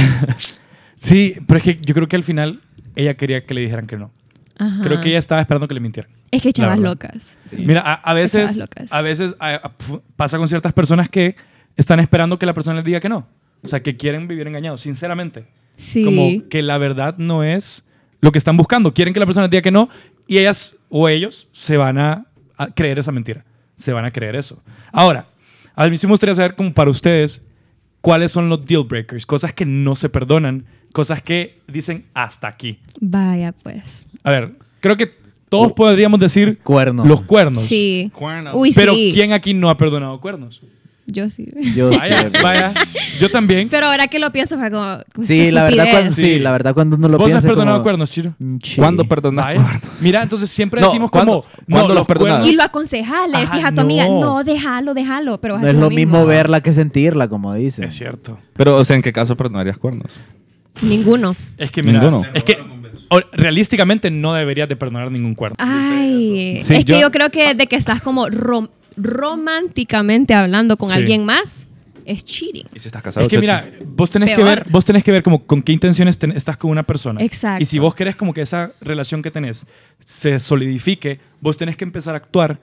Speaker 2: Sí, pero es que yo creo que al final ella quería que le dijeran que no.
Speaker 5: Ajá.
Speaker 2: Creo que ella estaba esperando que le mintieran.
Speaker 5: Ah. Es que chavas
Speaker 2: verdad.
Speaker 5: locas.
Speaker 2: Mira, a, a
Speaker 5: Estabas
Speaker 2: veces,
Speaker 5: locas.
Speaker 2: a veces a- a- pf- pasa con ciertas personas que están esperando que la persona les diga que no. O sea, que quieren vivir engañados, sinceramente.
Speaker 5: Sí.
Speaker 2: Como que la verdad no es lo que están buscando. Quieren que la persona diga que no y ellas o ellos se van a, a creer esa mentira. Se van a creer eso. Ahora, a mí sí me gustaría saber, como para ustedes, cuáles son los deal breakers, cosas que no se perdonan, cosas que dicen hasta aquí.
Speaker 5: Vaya, pues.
Speaker 2: A ver, creo que todos podríamos decir
Speaker 4: Cuernos.
Speaker 2: los cuernos.
Speaker 5: Sí.
Speaker 3: Cuernos.
Speaker 5: Uy,
Speaker 2: Pero
Speaker 5: sí.
Speaker 2: ¿quién aquí no ha perdonado cuernos?
Speaker 5: Yo sí.
Speaker 4: Yo
Speaker 2: Vaya,
Speaker 4: sé.
Speaker 2: vaya. Yo también.
Speaker 5: Pero ahora que lo pienso, fue como.
Speaker 4: Sí,
Speaker 5: qué
Speaker 4: la verdad, cuando,
Speaker 5: estupidez.
Speaker 4: sí. la verdad cuando uno lo
Speaker 2: ¿Vos
Speaker 4: piensa
Speaker 2: has
Speaker 4: es
Speaker 2: perdonado
Speaker 4: como,
Speaker 2: cuernos, Chiro?
Speaker 4: mm, sí.
Speaker 3: ¿Cuándo perdonas?
Speaker 2: Vaya. Mira, entonces siempre
Speaker 3: No,
Speaker 2: decimos
Speaker 3: ¿cuándo-
Speaker 2: como
Speaker 3: cuándo
Speaker 2: no,
Speaker 3: los perdonas?
Speaker 2: cuernos-
Speaker 5: Y lo aconsejas, le
Speaker 2: Ajá,
Speaker 5: decís a tu
Speaker 2: no.
Speaker 5: amiga, no, déjalo, déjalo. Pero vas a
Speaker 4: No es
Speaker 5: hacer
Speaker 4: lo mismo verla que sentirla, como dicen.
Speaker 2: Es cierto.
Speaker 3: Pero, o sea, ¿en qué caso perdonarías cuernos?
Speaker 5: Ninguno.
Speaker 2: Es que mira,
Speaker 3: Ninguno.
Speaker 2: es que o- realísticamente no deberías de perdonar ningún cuerno.
Speaker 5: Ay.
Speaker 2: Sí,
Speaker 5: es
Speaker 2: yo-
Speaker 5: que yo creo que de que estás como rom- románticamente hablando con
Speaker 2: Sí.
Speaker 5: alguien más, es cheating.
Speaker 3: ¿Y si estás casado?
Speaker 2: Es que
Speaker 3: Cheche?
Speaker 2: mira, vos tenés que
Speaker 5: Peor.
Speaker 2: ver, vos tenés que ver como con qué intenciones ten- estás con una persona.
Speaker 5: Exacto.
Speaker 2: Y si vos querés como que esa relación que tenés se solidifique, vos tenés que empezar a actuar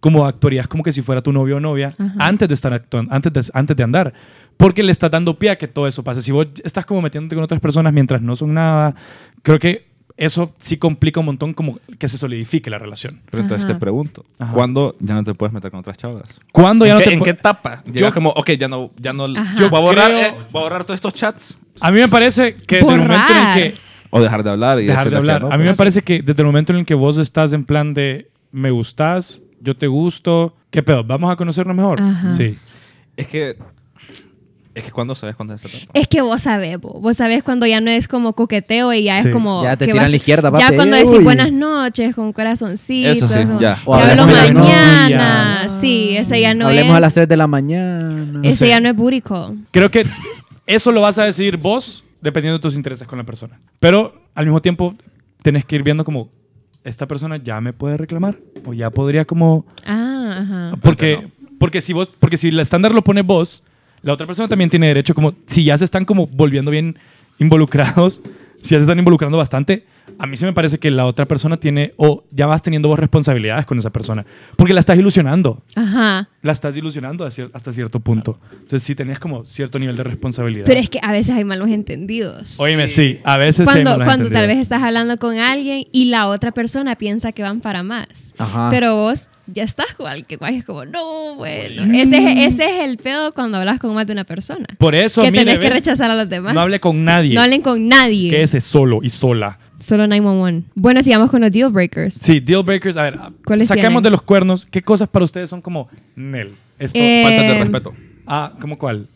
Speaker 2: como actuarías como que si fuera tu novio o novia antes de estar actuando, antes de, antes de andar. Porque le estás dando pie a que todo eso pase. Si vos estás como metiéndote con otras personas mientras no son nada, creo que eso sí complica un montón como que se solidifique la relación.
Speaker 3: Pero entonces
Speaker 5: Ajá.
Speaker 3: te pregunto,
Speaker 2: Ajá.
Speaker 3: ¿cuándo ya no te puedes meter con otras chavas?
Speaker 2: ¿Cuándo ya
Speaker 3: ¿En,
Speaker 2: no
Speaker 3: qué,
Speaker 2: te
Speaker 3: en
Speaker 2: pu-
Speaker 3: qué etapa? Yo
Speaker 2: Yo-
Speaker 3: como, ok, ya no, ya no,
Speaker 5: Ajá.
Speaker 3: yo voy a borrar,
Speaker 2: Creo-
Speaker 3: eh, voy a borrar todos estos chats.
Speaker 2: A mí me parece que desde el momento en el
Speaker 5: Borrar.
Speaker 2: que
Speaker 3: O dejar de hablar y
Speaker 2: dejar de
Speaker 3: decirle que
Speaker 2: hablar.
Speaker 3: no,
Speaker 2: A mí me
Speaker 3: pues.
Speaker 2: parece que desde el momento en el que vos estás en plan de me gustás, yo te gusto, ¿qué pedo? ¿Vamos a conocernos mejor?
Speaker 5: Ajá.
Speaker 2: Sí.
Speaker 3: Es que. Es que cuando sabes cuándo es esa etapa.
Speaker 5: Es que vos sabés, bo. vos sabés cuando ya no es como coqueteo y ya
Speaker 2: Sí.
Speaker 5: es como.
Speaker 4: Ya te
Speaker 5: que
Speaker 4: tiran
Speaker 5: vas-
Speaker 4: la izquierda,
Speaker 5: Ya
Speaker 4: papi.
Speaker 5: cuando decís
Speaker 4: Uy.
Speaker 5: buenas noches con un corazoncito.
Speaker 3: Eso sí,
Speaker 5: es como,
Speaker 3: ya.
Speaker 5: "Te
Speaker 4: O
Speaker 5: hablo
Speaker 4: hablemos de la Ah.
Speaker 5: mañana.
Speaker 2: novia.
Speaker 5: Sí, ese ya no
Speaker 4: Hablemos
Speaker 5: es.
Speaker 4: a las 3 de la mañana.
Speaker 5: Ese
Speaker 2: sé.
Speaker 5: ya no es booty call.
Speaker 2: Creo que eso lo vas a decidir vos dependiendo de tus intereses con la persona. Pero al mismo tiempo tenés que ir viendo como esta persona ya me puede reclamar o ya podría como
Speaker 5: Ah, ajá.
Speaker 2: porque porque si vos porque si el estándar lo pone vos, la otra persona también tiene derecho como si ya se están como volviendo bien involucrados, si ya se están involucrando bastante, a mí se me parece que la otra persona tiene o ya vas teniendo vos responsabilidades con esa persona, porque la estás ilusionando.
Speaker 5: Ajá.
Speaker 2: La estás ilusionando a cier- hasta cierto punto. Entonces, sí tenés como cierto nivel de responsabilidad.
Speaker 5: Pero es que a veces hay malos entendidos.
Speaker 2: Óyeme, sí, a veces se
Speaker 5: cuando,
Speaker 2: me lo has
Speaker 5: cuando tal
Speaker 2: entendido.
Speaker 5: vez estás hablando con alguien y la otra persona piensa que van para más.
Speaker 4: Ajá.
Speaker 5: Pero vos ya estás con alguien que es como, no, bueno. Ese es, ese es el pedo cuando hablas con más de una persona.
Speaker 2: Por eso,
Speaker 5: que
Speaker 2: mire,
Speaker 5: tenés que
Speaker 2: ve,
Speaker 5: rechazar a los demás.
Speaker 2: No hable con nadie.
Speaker 5: No hablen con nadie.
Speaker 2: Que ese solo y sola.
Speaker 5: Solo 911. Bueno, sigamos con los deal breakers.
Speaker 2: Sí, deal breakers. A ver,
Speaker 5: ¿Cuáles
Speaker 2: saquemos
Speaker 5: tienen?
Speaker 2: de los cuernos. ¿Qué cosas para ustedes son como Nel? Esto.
Speaker 5: Eh,
Speaker 3: Falta de
Speaker 5: Em.
Speaker 3: respeto.
Speaker 2: Ah, ¿cómo cuál?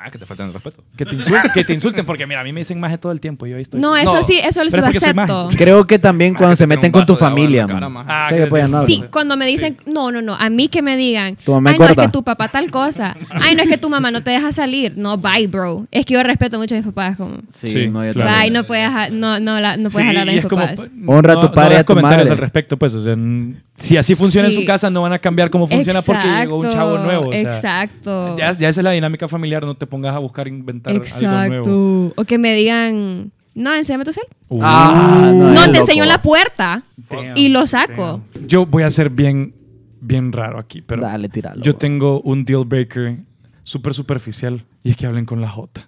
Speaker 3: Ah, que te faltan el respeto.
Speaker 2: Que te, insulten, que te insulten, porque mira, a mí me dicen maje todo el tiempo. y Yo ahí estoy.
Speaker 5: No, eso
Speaker 3: No,
Speaker 5: sí, eso
Speaker 2: pero
Speaker 5: lo
Speaker 2: es porque soy maje.
Speaker 5: acepto.
Speaker 4: Creo que también
Speaker 3: Maje, Ah,
Speaker 4: cuando
Speaker 3: que
Speaker 4: se
Speaker 3: te
Speaker 4: meten
Speaker 3: tiran
Speaker 4: con
Speaker 3: un
Speaker 4: tu
Speaker 3: vaso de agua en la
Speaker 4: familia.
Speaker 3: cara,
Speaker 4: man.
Speaker 2: maje.
Speaker 4: Sí, Ah, que pueden hablar.
Speaker 5: Sí, cuando me dicen, no, no, no, a mí que me digan,
Speaker 4: Tu mamá
Speaker 5: ay,
Speaker 4: es
Speaker 5: no, es
Speaker 4: gorda".
Speaker 5: que tu papá tal cosa, ay, no, es que tu mamá no te deja salir, no, bye, bro. Es que yo respeto mucho a mis papás, como,
Speaker 4: Sí,
Speaker 2: Sí,
Speaker 4: no, yo
Speaker 2: claro.
Speaker 5: bye,
Speaker 4: también.
Speaker 5: no puedes, ha- no, no, la- no puedes
Speaker 2: Sí,
Speaker 5: hablar de pues.
Speaker 2: y
Speaker 5: mis
Speaker 2: es como,
Speaker 5: papás.
Speaker 2: pa-
Speaker 4: Honra a tu
Speaker 2: no- no
Speaker 4: padre y a
Speaker 2: hagas
Speaker 4: tu
Speaker 2: comentarios
Speaker 4: madre.
Speaker 2: al respecto, pues. O sea, n- Si así funciona en
Speaker 5: Sí.
Speaker 2: su casa, no van a cambiar cómo funciona porque llegó un chavo
Speaker 5: Exacto,
Speaker 2: nuevo. o sea,
Speaker 5: exacto.
Speaker 2: ya, ya esa es la dinámica familiar, no te pongas a buscar inventar algo
Speaker 5: Exacto.
Speaker 2: nuevo.
Speaker 5: O que me digan, no, enséñame tu cel.
Speaker 2: Uh,
Speaker 4: Ah, no,
Speaker 5: No,
Speaker 4: es
Speaker 5: te
Speaker 4: loco.
Speaker 5: enseño en la puerta
Speaker 2: Damn,
Speaker 5: y lo saco.
Speaker 2: damn. Yo voy a ser bien, bien raro aquí, pero
Speaker 4: Dale, tíralo.
Speaker 2: yo
Speaker 4: güey.
Speaker 2: tengo un deal breaker súper superficial y es que hablen con la J.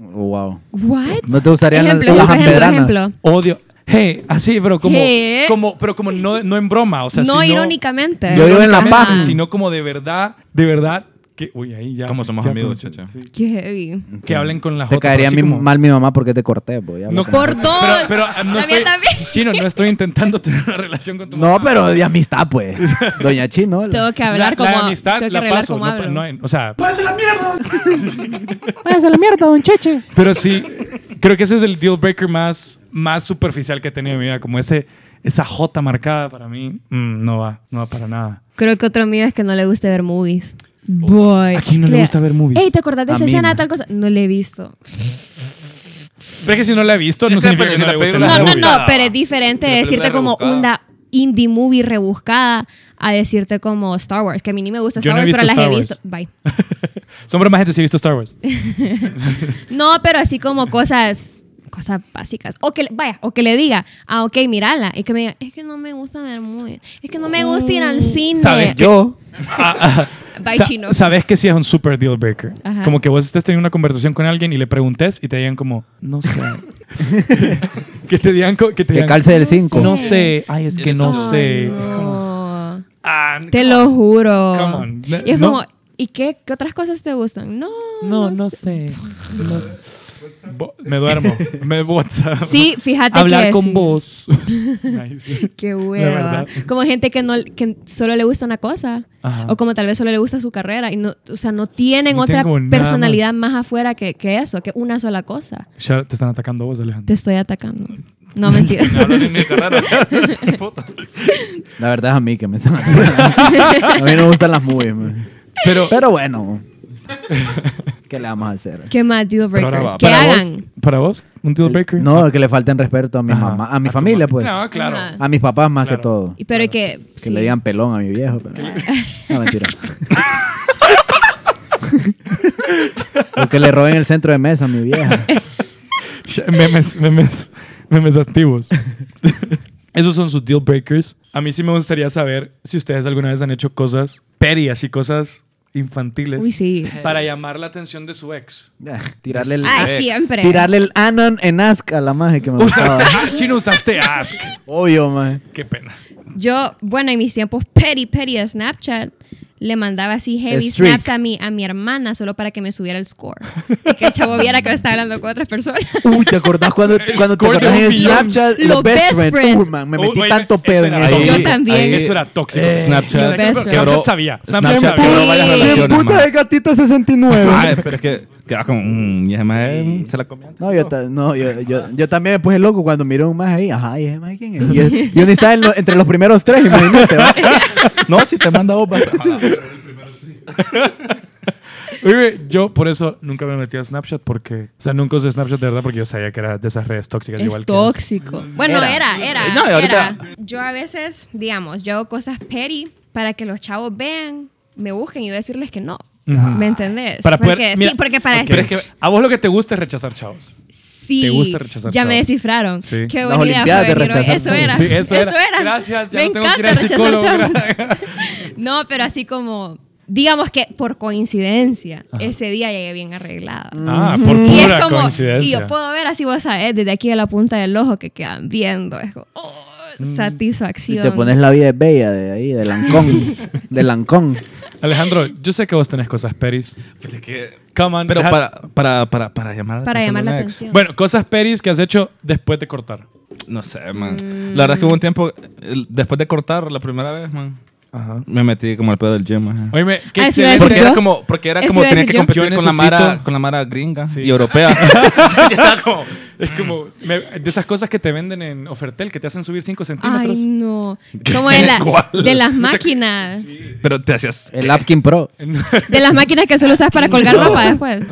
Speaker 4: Wow.
Speaker 5: What?
Speaker 4: ¿No te gustarían las-
Speaker 5: ejemplo,
Speaker 4: las
Speaker 5: ejemplo, ejemplo,
Speaker 4: antebranas?
Speaker 5: ejemplo.
Speaker 2: Odio. Hey, así, pero como,
Speaker 5: Hey.
Speaker 2: como, pero como no, no en broma, o sea,
Speaker 5: no
Speaker 2: sino-
Speaker 5: irónicamente.
Speaker 4: Yo vivo en La
Speaker 2: Ajá.
Speaker 4: Paz.
Speaker 2: sino como de verdad, de verdad que, uy, ahí ya.
Speaker 3: Como somos
Speaker 2: ya conocí-
Speaker 3: amigos, chacha.
Speaker 2: sí.
Speaker 5: Qué heavy.
Speaker 2: Que hablen con la J.
Speaker 4: Te caería
Speaker 2: así
Speaker 4: mi-
Speaker 2: como-
Speaker 4: mal mi mamá porque te corté, güey. Ya
Speaker 2: No,
Speaker 4: lo-
Speaker 5: Por dos.
Speaker 2: Pero, pero, ah, no
Speaker 5: La mía
Speaker 2: estoy,
Speaker 5: también.
Speaker 2: Chino, no estoy intentando tener una relación con tu
Speaker 4: No, pero de amistad, pues. Doña Chino.
Speaker 5: Tengo que
Speaker 2: La,
Speaker 5: hablar
Speaker 2: la
Speaker 5: como.
Speaker 2: amistad
Speaker 5: tengo que
Speaker 2: la
Speaker 5: arreglar
Speaker 2: paso.
Speaker 5: como
Speaker 2: no,
Speaker 5: hablo.
Speaker 2: no hay- o sea,
Speaker 4: Váyase a la mierda, don Cheche.
Speaker 2: pero sí, creo que ese es el deal breaker más, más superficial que he tenido en mi vida. Como ese, esa J marcada para mí, mm, no va, no va para nada.
Speaker 5: Creo que otro mío es que no le gusta ver movies. Boy.
Speaker 2: Oh. ¿A quién no le
Speaker 5: Cla-
Speaker 2: gusta ver movies?
Speaker 5: Ey, ¿te acordás de
Speaker 4: A
Speaker 5: esa
Speaker 4: mí
Speaker 5: escena
Speaker 4: no.
Speaker 5: tal cosa? No le he visto.
Speaker 2: Pero es que si no la he visto, no
Speaker 3: Es que
Speaker 2: significa que
Speaker 3: depende
Speaker 2: no le
Speaker 3: si
Speaker 2: guste
Speaker 3: la película
Speaker 2: la
Speaker 5: No, no,
Speaker 2: movie.
Speaker 5: no, pero es diferente
Speaker 3: Una
Speaker 5: decirte
Speaker 3: película
Speaker 5: como
Speaker 3: rebuscada.
Speaker 5: una indie movie rebuscada a decirte como Star Wars, que a mí ni me gusta
Speaker 2: Yo
Speaker 5: Star
Speaker 2: no he
Speaker 5: Wars, pero
Speaker 2: visto Star
Speaker 5: las he visto. Bye.
Speaker 2: Son bromas, gente, si he visto Star Wars.
Speaker 5: No, pero así como cosas cosas básicas o que le- vaya o que le diga ah ok mírala y que me diga es que no me gusta ver movies es que no me gusta ir al cine
Speaker 2: Mm, ¿Sabes qué?
Speaker 4: Yo.
Speaker 5: bye
Speaker 2: Ah, Sa-
Speaker 5: chino
Speaker 2: Sabes que sí es un super deal breaker.
Speaker 5: Ajá.
Speaker 2: Como que vos estés teniendo una conversación con alguien y le preguntes y te digan como, no sé. que te digan, co- que te
Speaker 4: Que
Speaker 2: digan,
Speaker 4: calce del
Speaker 5: No
Speaker 4: 5.
Speaker 2: no sé. Ay, es que no
Speaker 5: Ay,
Speaker 2: sé.
Speaker 5: no.
Speaker 2: Ah,
Speaker 5: Te
Speaker 2: come
Speaker 5: lo
Speaker 2: on.
Speaker 5: juro.
Speaker 2: Come on. Ne-
Speaker 5: Y es
Speaker 2: no.
Speaker 5: como, ¿y qué, qué otras cosas te gustan? No, no, sé.
Speaker 2: Bo- me duermo. Me WhatsApp.
Speaker 5: Sí, fíjate
Speaker 2: Hablar
Speaker 5: que
Speaker 2: con
Speaker 5: sí.
Speaker 2: vos. Nice.
Speaker 5: Qué
Speaker 2: La
Speaker 5: hueva.
Speaker 2: verdad.
Speaker 5: Como gente que no que solo le gusta una cosa
Speaker 2: Ajá.
Speaker 5: o como tal vez solo le gusta su carrera y no, o sea, no tienen
Speaker 2: No
Speaker 5: otra
Speaker 2: tienen como nada
Speaker 5: personalidad más, afuera que, que eso, que una sola cosa.
Speaker 2: Ya te están atacando vos, Alejandro.
Speaker 5: Te estoy atacando. No, mentira.
Speaker 3: No hablo ni de mi carrera.
Speaker 4: La verdad es a mí que me están A mí no me gustan las movies, man.
Speaker 2: Pero,
Speaker 4: Pero bueno. ¿Qué le vamos a hacer?
Speaker 5: ¿Qué más deal
Speaker 3: Pero ahora
Speaker 5: breakers?
Speaker 3: va,
Speaker 5: ¿Qué
Speaker 2: para
Speaker 5: hagan?
Speaker 2: vos, para vos, un deal breaker.
Speaker 4: No, que le falten respeto a mi
Speaker 2: Ajá.
Speaker 4: mamá, a mi
Speaker 2: tu
Speaker 4: familia,
Speaker 2: mami.
Speaker 4: pues.
Speaker 2: No, claro.
Speaker 5: Ajá.
Speaker 4: A mis papás más
Speaker 2: Claro.
Speaker 4: que todo.
Speaker 5: Y- Pero que,
Speaker 4: Que
Speaker 5: sí.
Speaker 4: le digan pelón a mi viejo, pero. No, mentira. o que le roben el centro de mesa a mi vieja.
Speaker 5: Eh.
Speaker 2: Sh- Memes, memes, memes activos. Esos son sus deal breakers. A mí sí me gustaría saber si ustedes alguna vez han hecho cosas perias y cosas infantiles
Speaker 5: Uy, sí.
Speaker 2: para llamar la atención de su ex.
Speaker 4: Tirarle el. eh,
Speaker 5: Ay,
Speaker 3: Ex.
Speaker 5: siempre.
Speaker 4: Tirarle el Anon en Ask a la maje que me gustaba.
Speaker 2: Usaste, ah, chino, usaste ask.
Speaker 4: Obvio, maje.
Speaker 2: Qué pena.
Speaker 5: Yo, bueno, en mis tiempos petty, petty de Snapchat, le mandaba así heavy
Speaker 4: Streak.
Speaker 5: snaps a mi, a mi hermana solo para que me subiera el score. Y que el chavo viera que estaba hablando con otras personas.
Speaker 4: Uy, ¿te acordás cuando, cuando te
Speaker 2: Score de
Speaker 4: acordás
Speaker 2: un
Speaker 4: en
Speaker 2: millón.
Speaker 4: Snapchat?
Speaker 5: Los best friends.
Speaker 4: Uy, man, me
Speaker 2: Uy,
Speaker 4: metí
Speaker 2: oye,
Speaker 4: tanto
Speaker 2: eso
Speaker 4: pedo en
Speaker 2: era
Speaker 4: eso.
Speaker 5: Yo también.
Speaker 2: Eso era tóxico.
Speaker 4: Eh,
Speaker 2: Snapchat,
Speaker 5: Los best
Speaker 2: Snapchat
Speaker 3: friends.
Speaker 2: sabía. Snapchat,
Speaker 3: Snapchat
Speaker 2: sabía.
Speaker 3: quebró varias
Speaker 5: Sí.
Speaker 3: relaciones,
Speaker 4: puta
Speaker 3: man.
Speaker 4: de gatita 69.
Speaker 3: Ay, pero es que queda como, mmm, y ese maje se la comió.
Speaker 4: No, yo, ta- no yo, yo, yo también me puse loco cuando miré un más ahí. Ajá, y ese maje, ¿quién es? Y yo, yo ni estaba en lo- entre los primeros tres, imagínate. ¿va?
Speaker 3: No, si te manda vos, vas a-
Speaker 2: Oye, yo por eso nunca me metí a Snapchat porque, o sea, nunca usé Snapchat de verdad porque yo sabía que era de esas redes tóxicas
Speaker 5: Es
Speaker 2: igual
Speaker 5: tóxico. Bueno, era, era.
Speaker 3: No, y ahorita-
Speaker 5: era. Yo a veces, digamos, yo hago cosas petty para que los chavos vean, me busquen y yo decirles que no. ¿Me entendés?
Speaker 2: Para
Speaker 5: porque,
Speaker 2: poder- mira,
Speaker 5: sí, porque para
Speaker 2: que es. Pero es que
Speaker 5: decir,
Speaker 2: a vos lo que te gusta es rechazar chavos.
Speaker 5: sí,
Speaker 2: te gusta rechazar
Speaker 5: ya me
Speaker 2: chavos.
Speaker 5: descifraron.
Speaker 2: Sí.
Speaker 5: Qué
Speaker 4: Las
Speaker 5: buena idea
Speaker 4: Olimpiadas de
Speaker 5: fue venir hoy.
Speaker 4: rechazar
Speaker 5: Eso
Speaker 4: chavos.
Speaker 5: era.
Speaker 2: Sí, eso era. Gracias, ya
Speaker 5: me
Speaker 2: no tengo que ir
Speaker 5: encanta
Speaker 2: al
Speaker 5: rechazar
Speaker 2: psicólogo.
Speaker 5: chavos. no, pero así como, digamos que por coincidencia, ese día llegué bien arreglada.
Speaker 2: Ah, por
Speaker 5: Y
Speaker 2: pura
Speaker 5: es como, y
Speaker 2: coincidencia.
Speaker 5: yo puedo ver así, vos sabés, desde aquí a la punta del ojo que quedan viendo. Es como, oh,
Speaker 4: Y
Speaker 2: Mm.
Speaker 5: satisfacción.
Speaker 4: te pones la vida es bella de ahí, de Lancón. De Lancón.
Speaker 2: Alejandro, yo sé que vos tenés cosas peris.
Speaker 3: Fíjate que-
Speaker 2: Come on,
Speaker 3: Pero
Speaker 2: deja-
Speaker 3: para, para, para, para llamar la
Speaker 5: para
Speaker 3: atención
Speaker 5: llamar
Speaker 3: de
Speaker 5: la
Speaker 3: una ex.
Speaker 5: atención.
Speaker 2: Bueno, cosas peris que has hecho después de cortar.
Speaker 3: No sé, man.
Speaker 5: Mm.
Speaker 3: La verdad es que hubo un tiempo, el- después de cortar la primera vez, man,
Speaker 2: Ajá.
Speaker 3: me metí como al pedo del gym. ajá.
Speaker 2: Oíme, qué
Speaker 5: Ah, eso iba
Speaker 2: excelente.
Speaker 5: a decir
Speaker 3: Porque era
Speaker 5: yo.
Speaker 3: como, porque era
Speaker 5: Eso
Speaker 3: como
Speaker 5: iba a
Speaker 3: tenía
Speaker 5: decir
Speaker 3: que
Speaker 5: yo.
Speaker 3: competir
Speaker 2: Yo
Speaker 3: con, la
Speaker 2: necesito-
Speaker 3: mara, con la mara gringa y europea.
Speaker 2: Yo estaba como- es como me- de esas cosas que te venden en Ofertel que te hacen subir 5 centímetros.
Speaker 5: Ay, no. Como de, la-
Speaker 3: ¿Cuál?
Speaker 5: de las máquinas.
Speaker 3: Pero te hacías
Speaker 4: El Apkin Pro.
Speaker 5: De las máquinas que solo usas para colgar ropa después.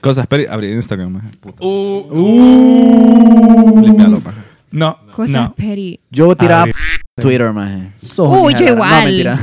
Speaker 3: cosas, pero abrí Instagram. ajá. Puta,
Speaker 2: Uh,
Speaker 3: Limpialo, man.
Speaker 2: No.
Speaker 5: Cosas
Speaker 2: no.
Speaker 5: petty.
Speaker 4: Yo tiraba
Speaker 2: Ay.
Speaker 4: Twitter, maje. Sos
Speaker 5: Uy,
Speaker 4: una
Speaker 5: yo
Speaker 4: mierda.
Speaker 5: igual.
Speaker 4: No, mentira.
Speaker 5: No,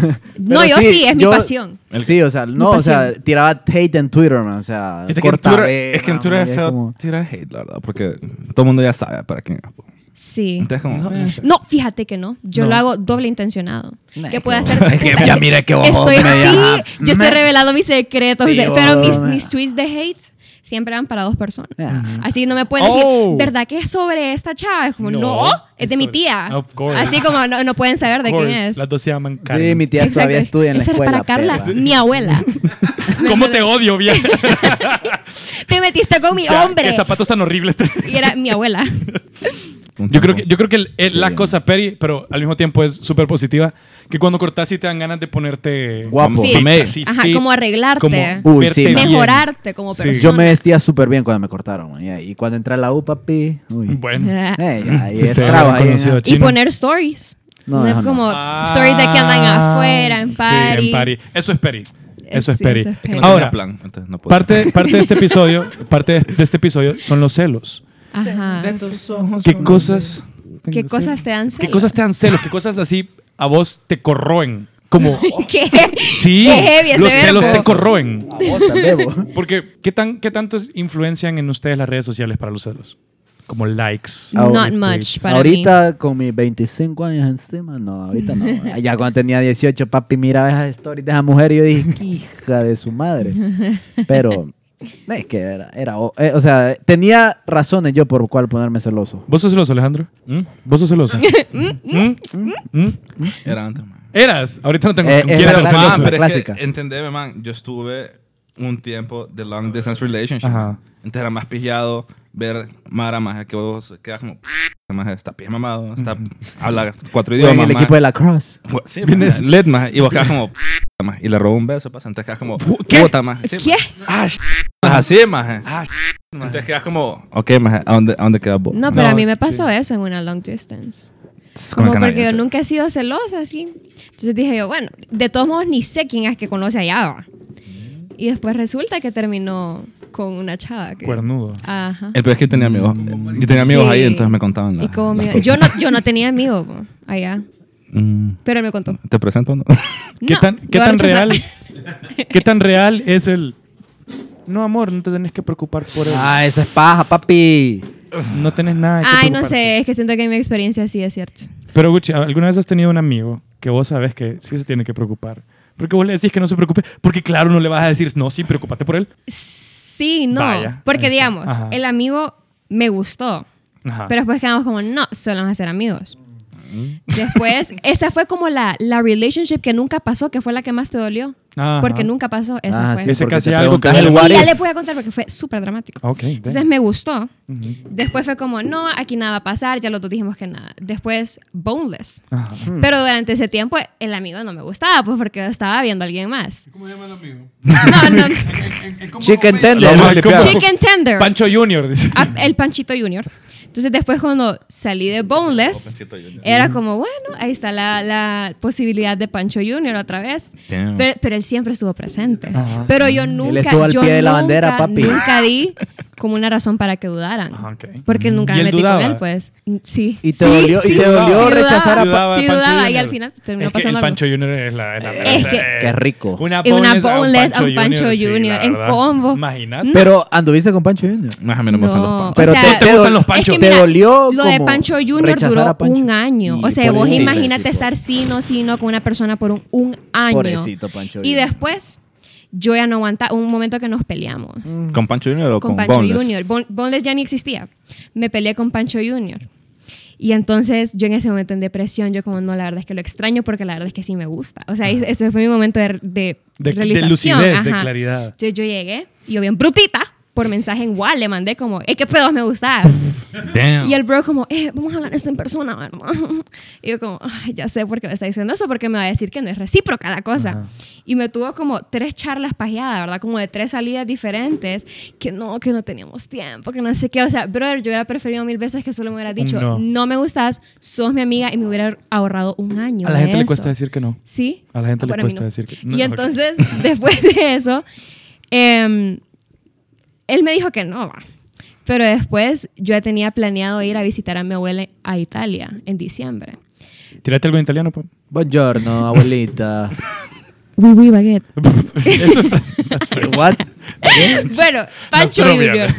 Speaker 4: Pero
Speaker 5: yo sí, es mi pasión.
Speaker 4: Sí, o sea, no, o sea, tiraba hate en Twitter, man. O sea,
Speaker 3: Es que en
Speaker 4: corta
Speaker 3: Twitter
Speaker 4: vena,
Speaker 3: es, que en Twitter
Speaker 4: man,
Speaker 3: es
Speaker 4: y
Speaker 3: feo
Speaker 4: como-
Speaker 3: tirar hate, la verdad, porque todo el mundo ya sabe para quién es. po.
Speaker 5: Sí.
Speaker 3: Entonces, como. eh,
Speaker 5: No, fíjate que no. Yo
Speaker 4: No.
Speaker 5: lo hago doble intencionado.
Speaker 4: Nah,
Speaker 5: que
Speaker 4: qué
Speaker 5: puede
Speaker 4: bo-
Speaker 5: hacer.
Speaker 4: que
Speaker 5: puta,
Speaker 4: ya mire que vos
Speaker 5: Estoy
Speaker 4: me
Speaker 5: así.
Speaker 4: ya-
Speaker 5: Yo estoy
Speaker 4: me-
Speaker 5: revelando mis secretos.
Speaker 4: Sí,
Speaker 5: o sea,
Speaker 4: vos
Speaker 5: pero mis,
Speaker 4: me-
Speaker 5: mis tweets de hate siempre van para dos personas.
Speaker 4: Ah.
Speaker 5: Así no me pueden
Speaker 2: Oh.
Speaker 5: decir, ¿verdad que es sobre esta chava? Es como,
Speaker 2: No,
Speaker 5: no,
Speaker 2: es
Speaker 5: es de mi
Speaker 2: sobre-
Speaker 5: tía.
Speaker 2: Of course.
Speaker 5: Así como no, no pueden saber de
Speaker 2: Of
Speaker 5: quién
Speaker 2: course,
Speaker 5: es.
Speaker 2: Las dos se llaman Karen.
Speaker 4: Sí, mi tía
Speaker 5: Exacto.
Speaker 4: todavía estudia en la
Speaker 5: Esa
Speaker 4: escuela.
Speaker 5: era para Carla,
Speaker 4: perra.
Speaker 5: mi abuela.
Speaker 2: ¿Cómo te odio, vieja?
Speaker 5: Te metiste con mi
Speaker 2: ¡Qué
Speaker 5: hombre.
Speaker 2: zapatos tan horribles!
Speaker 5: Y era mi abuela.
Speaker 3: un
Speaker 2: Yo creo
Speaker 3: tiempo.
Speaker 2: que, yo creo que el- es
Speaker 4: Sí.
Speaker 2: la cosa, Peri, pero al mismo tiempo es súper positiva, que cuando cortas y te dan ganas de ponerte...
Speaker 4: Guapo.
Speaker 5: Sí.
Speaker 2: Mamey.
Speaker 5: Ajá,
Speaker 2: Sí.
Speaker 5: como arreglarte.
Speaker 2: Como
Speaker 4: Uy,
Speaker 2: verte
Speaker 4: sí,
Speaker 2: bien.
Speaker 5: mejorarte como
Speaker 2: Sí.
Speaker 5: persona.
Speaker 4: Yo me vestía súper bien cuando me cortaron, man. Y y cuando entré a la U, papi. Uy.
Speaker 2: Bueno.
Speaker 5: Ah.
Speaker 4: Eh, ya, ahí
Speaker 2: Si
Speaker 4: es
Speaker 2: ustedes
Speaker 4: trabajo,
Speaker 2: hubieran
Speaker 4: ahí,
Speaker 2: conocido
Speaker 4: ah.
Speaker 2: a
Speaker 5: Y
Speaker 2: Chino.
Speaker 5: poner stories.
Speaker 4: No,
Speaker 5: No,
Speaker 4: eso no.
Speaker 5: Como
Speaker 2: Ah,
Speaker 5: stories de que andan afuera, en
Speaker 2: sí,
Speaker 5: party. Eh,
Speaker 2: en party. Eso es Peri. Eso es
Speaker 5: Sí,
Speaker 2: Peri.
Speaker 5: eso es
Speaker 3: Que
Speaker 5: Peri.
Speaker 3: no
Speaker 2: Ahora,
Speaker 3: tenía plan, pues. entonces no puedo.
Speaker 2: parte, parte de este episodio, parte de este episodio son los celos.
Speaker 5: Ajá.
Speaker 2: ¿Qué cosas?
Speaker 5: ¿Qué cosas te dan celos?
Speaker 2: ¿Qué cosas te dan celos? ¿Qué cosas así a vos te corroen? Como,
Speaker 5: ¿Qué?
Speaker 2: sí,
Speaker 5: Qué heavy ese
Speaker 2: los
Speaker 5: verbo.
Speaker 2: celos te corroen.
Speaker 4: Bota, bebo.
Speaker 2: Porque, ¿qué, tan, ¿qué tanto influencian en ustedes las redes sociales para los celos? Como likes.
Speaker 4: Ah,
Speaker 5: Not
Speaker 4: tweets.
Speaker 5: much para
Speaker 4: Ahorita con mis 25 años encima, no, ahorita no. Ya cuando tenía 18, papi miraba esas stories de esa mujer y yo dije, "Qué hija de su madre. Pero no, es que era, era o- eh, o sea, tenía razones yo por cual ponerme celoso.
Speaker 2: ¿Vos sos celoso, Alejandro?
Speaker 3: ¿Mm?
Speaker 2: ¿Vos sos celoso? ¿Mm? ¿Mm?
Speaker 3: Era antes, man.
Speaker 2: Eras. Ahorita no tengo
Speaker 4: Eh,
Speaker 2: con
Speaker 4: eh,
Speaker 2: quién
Speaker 4: la
Speaker 2: ser
Speaker 4: clásica,
Speaker 2: celoso.
Speaker 3: man, pero es que,
Speaker 4: clásica.
Speaker 3: entendeme, man. Yo estuve un tiempo de long distance relationship.
Speaker 2: Ajá.
Speaker 3: Entonces era más pillado ver Mara, más que vos quedas como. Más está pie mamado, está, habla cuatro
Speaker 4: Fue
Speaker 3: idiomas.
Speaker 4: en el
Speaker 3: maje.
Speaker 4: equipo de la Cross.
Speaker 3: Bueno, Sí, viene LED más y vos quedas como más y le robó un beso, pasa, entonces quedas como
Speaker 2: ¿Qué?
Speaker 3: puta más. Sí,
Speaker 5: ¿Qué?
Speaker 2: Ah, sh-
Speaker 3: maje, así más.
Speaker 2: ah, sh-
Speaker 3: Entonces quedas como, ok, más, ¿a dónde, a dónde quedas vos?
Speaker 5: No, pero
Speaker 2: No,
Speaker 5: a mí me
Speaker 2: sí.
Speaker 5: pasó eso en una long distance.
Speaker 3: Con el
Speaker 5: Como porque
Speaker 3: canadiense.
Speaker 5: yo nunca he sido celosa, así. Entonces dije yo, bueno, de todos modos ni sé quién es que conoce allá. va. Y después resulta que terminó con una chava. Que...
Speaker 2: Cuernudo.
Speaker 5: Ajá.
Speaker 3: El peor es que yo tenía amigos, yo tenía amigos ahí,
Speaker 5: Sí.
Speaker 3: entonces me contaban la,
Speaker 5: Y como
Speaker 3: las
Speaker 5: mi-
Speaker 3: cosas.
Speaker 5: yo, no, yo no tenía amigos po, allá,
Speaker 3: Mm,
Speaker 5: pero él me contó.
Speaker 3: ¿Te presento o no?
Speaker 2: ¿Qué
Speaker 5: No,
Speaker 2: tan,
Speaker 5: lo
Speaker 2: qué
Speaker 5: voy a
Speaker 2: tan
Speaker 5: rechazar.
Speaker 2: real? ¿Qué tan real es el. No, amor, no te tenés que preocupar por él.
Speaker 4: Ah, esa es paja, papi.
Speaker 2: No tenés nada. Ah, que
Speaker 5: Ay, no
Speaker 2: preocuparte.
Speaker 5: sé, es que siento que en mi experiencia sí es cierto.
Speaker 2: Pero Gucci, ¿alguna vez has tenido un amigo que vos sabes que sí se tiene que preocupar? Porque vos le decís que no se preocupe, porque claro, no le vas a decir, no, sí, preocupate por él.
Speaker 5: Sí, no,
Speaker 2: Vaya,
Speaker 5: porque
Speaker 2: ahí está.
Speaker 5: digamos,
Speaker 2: Ajá. Ah.
Speaker 5: el amigo me gustó,
Speaker 2: Ajá.
Speaker 5: pero después quedamos como, no, solo vamos a ser amigos.
Speaker 2: Mm.
Speaker 5: Después, esa fue como la, la relationship que nunca pasó, que fue la que más te dolió.
Speaker 2: Ajá.
Speaker 5: Porque nunca pasó, esa
Speaker 4: Ah,
Speaker 5: fue.
Speaker 4: sí,
Speaker 2: Ese
Speaker 4: porque
Speaker 2: casi
Speaker 4: te
Speaker 2: algo que-
Speaker 4: preguntas
Speaker 5: Y-
Speaker 4: el what
Speaker 5: y Este, ya
Speaker 4: if.
Speaker 5: le voy a contar porque fue súper dramático.
Speaker 2: Ok.
Speaker 5: Entonces
Speaker 2: damn.
Speaker 5: me gustó.
Speaker 2: Ujú.
Speaker 5: Después fue como, no, aquí nada va a pasar, ya los dos dijimos que nada. Después, boneless.
Speaker 2: Ajá.
Speaker 6: Hmm.
Speaker 5: Pero durante ese tiempo el amigo no me gustaba, pues porque estaba viendo a alguien más.
Speaker 6: ¿Cómo se llama el amigo?
Speaker 5: No, no.
Speaker 4: Chicken
Speaker 2: Lo
Speaker 4: tender.
Speaker 2: vamos a limpiar.
Speaker 5: Chicken Tender.
Speaker 2: Pancho Junior, dice.
Speaker 5: Ah, el Panchito Junior. Entonces después cuando salí de
Speaker 6: Oh,
Speaker 5: Boneless, era como, bueno, ahí está la, la posibilidad de Pancho Junior otra vez.
Speaker 3: Damn.
Speaker 5: Pero, pero él siempre estuvo presente. Pero yo nunca,
Speaker 4: estuvo al
Speaker 5: yo
Speaker 4: pie de la
Speaker 5: nunca,
Speaker 4: bandera, papi.
Speaker 5: nunca di como una razón para que dudaran.
Speaker 2: Ah, ok.
Speaker 5: Porque nunca
Speaker 2: ¿Y
Speaker 5: me
Speaker 2: él
Speaker 5: metí
Speaker 2: dudaba?
Speaker 5: con él, pues. Sí.
Speaker 4: Y te
Speaker 5: Sí,
Speaker 4: dolió- y
Speaker 5: sí,
Speaker 4: te dolió
Speaker 5: sí
Speaker 4: rechazar a
Speaker 5: dudaba,
Speaker 2: Pa-
Speaker 5: Sí
Speaker 2: Pancho
Speaker 5: dudaba y
Speaker 2: Junior.
Speaker 5: al final terminó
Speaker 2: Es que
Speaker 5: pasando
Speaker 2: El
Speaker 5: algo.
Speaker 2: Pancho Junior es la. es la-
Speaker 5: Es que-
Speaker 4: Qué rico.
Speaker 2: Una
Speaker 5: Y una
Speaker 2: boneless a un
Speaker 5: boneless a
Speaker 2: Pancho
Speaker 5: un Pancho
Speaker 2: Junior, sí, la
Speaker 5: Junior, en
Speaker 2: verdad.
Speaker 5: combo. Mm,
Speaker 2: Imagínate.
Speaker 4: Pero anduviste con Pancho Junior.
Speaker 3: Más a mí no me gustan los
Speaker 5: No,
Speaker 3: pan.
Speaker 4: Pero
Speaker 5: o sea,
Speaker 4: te,
Speaker 2: ¿Te gustan
Speaker 4: dol-
Speaker 2: los Pancho?
Speaker 5: Es que
Speaker 4: ¿Te
Speaker 5: mira,
Speaker 4: dolió
Speaker 5: Lo de
Speaker 4: como
Speaker 5: Pancho Junior
Speaker 4: rechazar
Speaker 5: duró
Speaker 4: a Pancho?
Speaker 5: un año.
Speaker 4: Y
Speaker 5: O sea, vos
Speaker 4: pobrecito.
Speaker 5: imagínate estar sino, sino con una persona por un, un año.
Speaker 4: Pobrecito Pancho
Speaker 5: Y
Speaker 4: Junior.
Speaker 5: después, yo ya no aguantaba. Hubo Un momento que nos peleamos
Speaker 3: ¿Con Pancho Junior o
Speaker 5: con
Speaker 3: con,
Speaker 5: Pancho
Speaker 3: Boneless?
Speaker 5: Junior. Bon- Boneless ya ni existía. Me peleé con Pancho Junior. Y entonces yo en ese momento en depresión, yo como no, la verdad es que lo extraño porque la verdad es que sí me gusta. O sea, ahí- ese fue mi momento de, de
Speaker 2: De- de
Speaker 5: realización.
Speaker 2: lucidez, de
Speaker 5: ajá.
Speaker 2: claridad.
Speaker 5: Yo, yo llegué y yo bien brutita por mensaje en WhatsApp le mandé como, hey, ¿qué pedos me gustas?
Speaker 3: Damn.
Speaker 5: Y el bro como, eh, vamos a hablar esto en persona, ¿verdad? Y yo como, "Ay, ya sé por qué me está diciendo eso, porque me va a decir que no es recíproca la cosa. Y me tuvo como tres charlas pajeadas, ¿verdad? Como de tres salidas diferentes, que no, que no teníamos tiempo, que no sé qué. O sea, brother, yo hubiera preferido mil veces que solo me hubiera dicho,
Speaker 2: No.
Speaker 5: no, me gustas, sos mi amiga y me hubiera ahorrado un año.
Speaker 2: A la
Speaker 5: de
Speaker 2: gente le
Speaker 5: eso.
Speaker 2: cuesta decir que no.
Speaker 5: Sí.
Speaker 2: A la gente le
Speaker 5: Bueno, mí
Speaker 2: cuesta decir que- no,
Speaker 5: Y
Speaker 2: ok.
Speaker 5: entonces, después de eso, em, él me dijo que no, va. Pero después yo ya tenía planeado ir a visitar a mi abuela a Italia en diciembre.
Speaker 2: Tírate algo en italiano, pues.
Speaker 4: Buongiorno, abuelita.
Speaker 5: Oui, oui, baguette.
Speaker 2: Eso es fra-
Speaker 4: What?
Speaker 5: bueno, Pancho
Speaker 2: Las
Speaker 5: Junior.
Speaker 2: propias.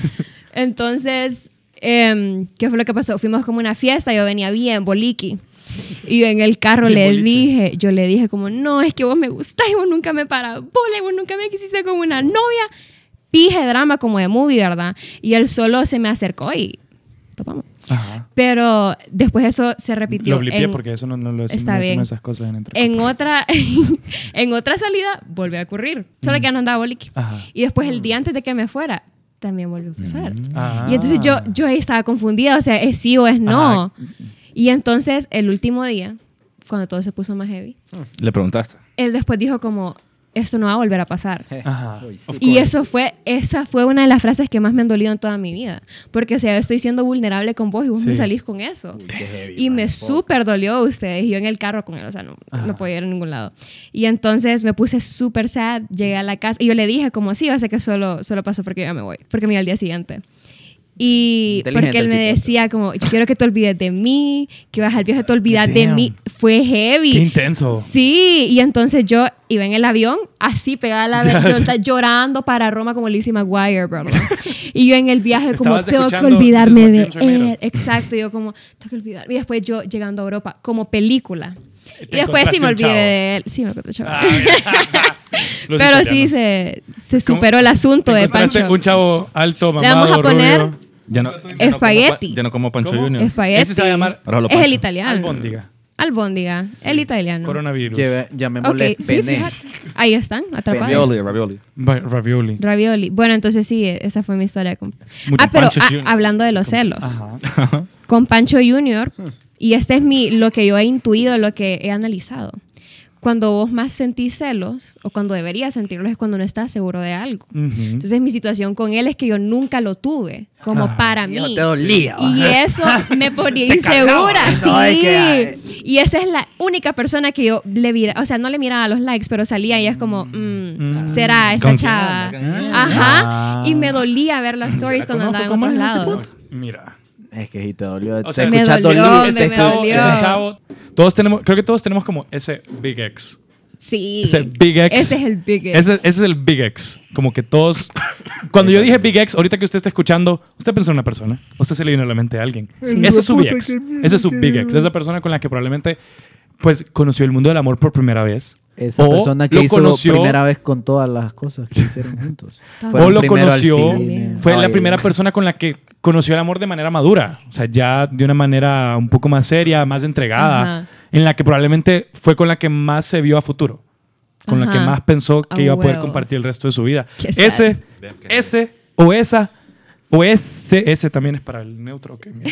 Speaker 5: Entonces, em, ¿qué fue lo que pasó? Fuimos como a una fiesta, yo venía bien, boliqui. Y yo en el carro
Speaker 2: Bien
Speaker 5: le
Speaker 2: boliche.
Speaker 5: dije, yo le dije como, no, es que vos me gustás, y vos nunca me paras bola, y vos nunca me quisiste como una novia. Pije drama como de movie, ¿verdad? Y él solo se me acercó y topamos.
Speaker 2: Ajá.
Speaker 5: Pero después eso se repitió.
Speaker 2: Lo blipeé
Speaker 5: en-
Speaker 2: porque eso no, no lo decimos.
Speaker 5: Está
Speaker 2: no decimos
Speaker 5: bien.
Speaker 2: esas cosas en entre
Speaker 5: en otra, en otra salida volvió a ocurrir. Solo que ya no andaba boliqui.
Speaker 2: Ajá.
Speaker 5: Y después el día antes de que me fuera, también volvió a pasar.
Speaker 2: Ah.
Speaker 5: Y entonces yo, yo ahí estaba confundida, o sea, es sí o es no.
Speaker 2: Ajá.
Speaker 5: Y entonces el último día, cuando todo se puso más heavy,
Speaker 3: Le preguntaste.
Speaker 5: él después dijo como, esto no va a volver a pasar.
Speaker 2: Eh.
Speaker 4: Ah,
Speaker 2: Ajá.
Speaker 5: Y eso fue, esa fue una de las frases que más me han dolido en toda mi vida. Porque, o sea, yo estoy siendo vulnerable con vos y vos
Speaker 2: Sí.
Speaker 5: me salís con eso. y me súper dolió a ustedes. Y yo en el carro con él, o sea, no, no podía ir a ningún lado. Y entonces me puse súper sad, llegué a la casa y yo le dije como, sí, o sea que solo, solo pasó porque ya me voy, porque me iba al día siguiente. Y
Speaker 4: Inteligente
Speaker 5: porque él
Speaker 4: el psicólogo.
Speaker 5: me decía como, quiero que te olvides de mí, que vas al viaje, te olvidas de
Speaker 2: Damn.
Speaker 5: mí. Fue heavy.
Speaker 2: Qué intenso.
Speaker 5: Sí, y entonces yo iba en el avión, así pegada a la ventana, llorando para Roma como Lizzie McGuire, bro. Y yo en el viaje como,
Speaker 2: Estabas
Speaker 5: tengo que
Speaker 2: escuchando
Speaker 5: olvidarme
Speaker 2: This
Speaker 5: de
Speaker 2: is what James Remiro.
Speaker 5: él. Exacto, yo como, tengo que olvidarme. Y después yo llegando a Europa como película.
Speaker 2: Te
Speaker 5: Y después sí
Speaker 2: encontraste un
Speaker 5: me olvidé
Speaker 2: chavo.
Speaker 5: de él. Sí, me encontré un chavo.
Speaker 2: Ah, Los
Speaker 5: Pero sí,
Speaker 2: italianos.
Speaker 5: se, se
Speaker 2: ¿Cómo?
Speaker 5: superó el asunto
Speaker 2: Te
Speaker 5: de
Speaker 2: encontraste
Speaker 5: Pancho.
Speaker 2: un chavo alto,
Speaker 5: Le
Speaker 2: mamado,
Speaker 5: vamos a poner
Speaker 2: rubio.
Speaker 3: Ya no,
Speaker 5: Espagueti.
Speaker 3: Ya no como, pan- ya no como Pancho
Speaker 2: ¿Cómo?
Speaker 3: Junior.
Speaker 5: espagueti.
Speaker 2: Ese se va a llamar-
Speaker 3: Ahora lo
Speaker 5: es
Speaker 3: paso.
Speaker 5: el italiano.
Speaker 2: Albóndiga.
Speaker 5: Albóndiga, el italiano.
Speaker 2: Coronavirus.
Speaker 4: Lleve- Llamémosle
Speaker 5: Ok, sí,
Speaker 4: pene.
Speaker 5: fíjate. Ahí están, atrapados.
Speaker 3: Ravioli, ravioli.
Speaker 2: Va- Ravioli.
Speaker 5: Ravioli. Bueno, entonces sí, e-, esa fue mi historia. Con...
Speaker 2: Mucho
Speaker 5: Ah, pero
Speaker 2: Pancho
Speaker 5: ah,
Speaker 2: Junior.
Speaker 5: hablando de los celos,
Speaker 2: Ajá.
Speaker 5: con Pancho Junior, y este es mi, lo que yo he intuido, lo que he analizado. Cuando vos más sentís celos, o cuando deberías sentirlos, es cuando no estás seguro de algo.
Speaker 2: Ujú.
Speaker 5: Entonces mi situación con él es que yo nunca lo tuve, como
Speaker 2: Ah.
Speaker 5: para mí.
Speaker 4: Viejo, te dolía,
Speaker 5: Y
Speaker 4: ¿va?
Speaker 5: eso me ponía
Speaker 4: Te cagaba,
Speaker 5: insegura, sí.
Speaker 4: ¿no? Es que, ah, ay.
Speaker 5: Y esa es la única persona que yo le mira, o sea, no le miraba los likes, pero salía y es como, mm, será esta
Speaker 2: ¿Con Ah, quién
Speaker 5: chava.
Speaker 4: anda? Ah.
Speaker 5: Ajá. Y me dolía ver
Speaker 4: Mm,
Speaker 5: las stories cuando andaba en otros lados.
Speaker 2: Mira.
Speaker 4: Es que sí, te dolió.
Speaker 2: O
Speaker 4: te
Speaker 2: sea,
Speaker 4: escuchas
Speaker 5: Me dolió,
Speaker 4: dolido,
Speaker 5: me-
Speaker 4: te
Speaker 2: Ese
Speaker 5: me
Speaker 4: escuchas-
Speaker 2: chavo,
Speaker 5: dolió.
Speaker 2: ese chavo. Todos tenemos, creo que todos tenemos como ese Big X.
Speaker 5: Sí.
Speaker 2: Ese Big X.
Speaker 5: Ese es el Big X.
Speaker 2: Ese, ese es el Big X. Como que todos. Cuando yo dije Big X, ahorita que usted está escuchando, usted pensó en una persona. Usted se le vino a la mente a alguien. Ese es su Big X. Ese es su Big X. Esa persona con la que probablemente pues conoció el mundo del amor por primera vez.
Speaker 4: Esa
Speaker 2: O
Speaker 4: persona que
Speaker 2: lo
Speaker 4: hizo
Speaker 2: conoció-
Speaker 4: primera vez con todas las cosas que hicieron juntos.
Speaker 5: O
Speaker 2: o
Speaker 4: Fueron
Speaker 2: lo
Speaker 4: primero al
Speaker 2: conoció,
Speaker 4: cine.
Speaker 2: fue la
Speaker 4: Ay,
Speaker 2: primera persona con la que conoció el amor de manera madura, o sea, ya de una manera un poco más seria, más entregada,
Speaker 5: Ajá.
Speaker 2: en la que probablemente fue con la que más se vio a futuro, con la que
Speaker 5: Ajá.
Speaker 2: más pensó que
Speaker 5: A
Speaker 2: iba a poder
Speaker 5: huevos.
Speaker 2: compartir el resto de su vida.
Speaker 5: Qué
Speaker 2: Ese,
Speaker 3: Damn, qué
Speaker 2: ese o esa o ese, ese también es para el neutro, ok, mierda.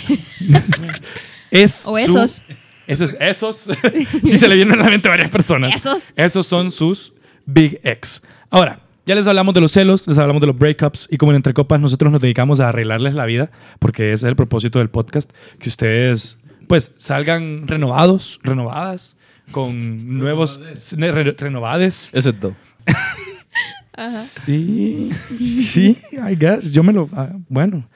Speaker 2: es
Speaker 5: O
Speaker 2: su-
Speaker 5: esos.
Speaker 2: esos, esos sí se le vienen a la mente a varias personas.
Speaker 5: Esos.
Speaker 2: Esos son sus Big X. Ahora, ya les hablamos de los celos, les hablamos de los breakups y como en Entre Copas nosotros nos dedicamos a arreglarles la vida porque ese es el propósito del podcast, que ustedes pues salgan renovados, renovadas, con nuevos re- renovades.
Speaker 3: Ese es todo.
Speaker 2: Sí, sí, I guess. Yo me lo. ah, bueno.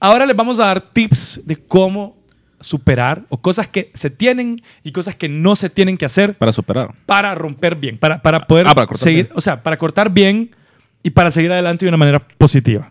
Speaker 2: Ahora les vamos a dar tips de cómo superar o cosas que se tienen y cosas que no se tienen que hacer
Speaker 3: Para superar.
Speaker 2: para romper bien, para, para poder
Speaker 3: Ah, para cortar
Speaker 2: seguir,
Speaker 3: bien.
Speaker 2: o sea, para cortar bien y para seguir adelante de una manera positiva.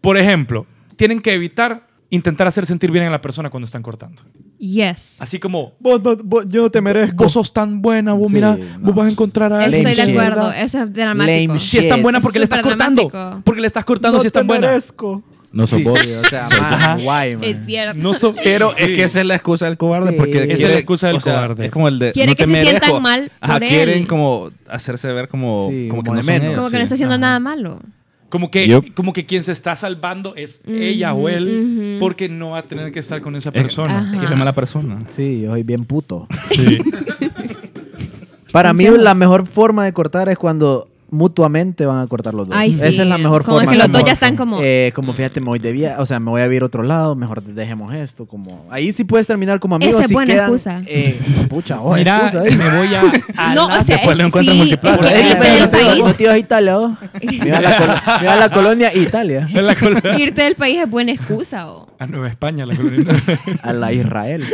Speaker 2: Por ejemplo, tienen que evitar intentar hacer sentir bien a la persona cuando están cortando.
Speaker 5: Yes.
Speaker 2: Así como,
Speaker 6: Vos, no- vos- yo no te merezco.
Speaker 2: vos sos tan buena, vos
Speaker 4: Sí,
Speaker 2: mira,
Speaker 4: no.
Speaker 2: vos vas a encontrar a alguien.
Speaker 5: Estoy de
Speaker 4: Ah, Lame
Speaker 5: acuerdo.
Speaker 6: shit.
Speaker 5: Eso es dramático.
Speaker 4: Lame
Speaker 2: Si es tan
Speaker 4: Shit.
Speaker 2: buena porque le estás
Speaker 5: Súper
Speaker 2: cortando.
Speaker 5: dramático.
Speaker 2: Porque le estás cortando
Speaker 6: no
Speaker 2: si es tan
Speaker 6: te
Speaker 2: buena.
Speaker 6: merezco.
Speaker 3: No
Speaker 4: Sí,
Speaker 3: soporto.
Speaker 4: o sea, man, guay, man.
Speaker 5: Es cierto.
Speaker 2: No so-
Speaker 3: Pero
Speaker 2: Sí.
Speaker 3: es que esa es la excusa del cobarde.
Speaker 4: Sí.
Speaker 3: Porque
Speaker 4: Esa
Speaker 2: es la excusa del
Speaker 3: o sea,
Speaker 2: cobarde.
Speaker 3: Es como el de.
Speaker 5: Quiere
Speaker 3: no
Speaker 5: que
Speaker 3: te
Speaker 5: se
Speaker 3: merezco.
Speaker 5: sientan mal
Speaker 3: Ajá,
Speaker 5: por él.
Speaker 3: quieren como hacerse ver como,
Speaker 4: Sí,
Speaker 3: como, que
Speaker 4: como
Speaker 3: no
Speaker 4: de
Speaker 3: son
Speaker 4: menos.
Speaker 3: ellos,
Speaker 5: Como que no
Speaker 3: sí.
Speaker 5: está
Speaker 4: Ah.
Speaker 5: haciendo nada malo.
Speaker 2: Como que,
Speaker 3: Yup.
Speaker 2: como que quien se está salvando es ella o él porque no va a tener que estar con esa persona.
Speaker 5: Ajá.
Speaker 3: Es que es la mala persona.
Speaker 4: Sí, yo soy bien puto.
Speaker 2: Sí.
Speaker 4: Para mí
Speaker 5: Consejos.
Speaker 4: la mejor forma de cortar es cuando mutuamente van a cortar los dos.
Speaker 5: Ay, sí.
Speaker 4: Esa es la mejor
Speaker 5: Como
Speaker 4: forma.
Speaker 5: que los dos
Speaker 4: Como,
Speaker 5: ya están como-
Speaker 4: eh, como fíjate, me voy de via- o sea, me voy a ir a otro lado, mejor dejemos esto. Como, ahí sí puedes terminar como amigos.
Speaker 5: Esa es
Speaker 4: si
Speaker 5: buena
Speaker 4: quedan,
Speaker 5: excusa.
Speaker 4: eh, pucha, oh,
Speaker 2: Mira,
Speaker 4: excusa, eh.
Speaker 2: me voy a. a
Speaker 5: No,
Speaker 2: la-
Speaker 5: o sea,
Speaker 2: después lo
Speaker 5: es-
Speaker 2: encuentro en
Speaker 5: sí,
Speaker 2: Multiplaza.
Speaker 5: es que
Speaker 4: Eh,
Speaker 5: irte del
Speaker 4: pero
Speaker 5: país-
Speaker 4: los tíos Italia, oh. Me va a la colo- me va a la colonia Italia.
Speaker 2: En la col-
Speaker 5: Irte del país es buena excusa. o-
Speaker 2: A Nueva España, la colonia.
Speaker 4: A la Israel.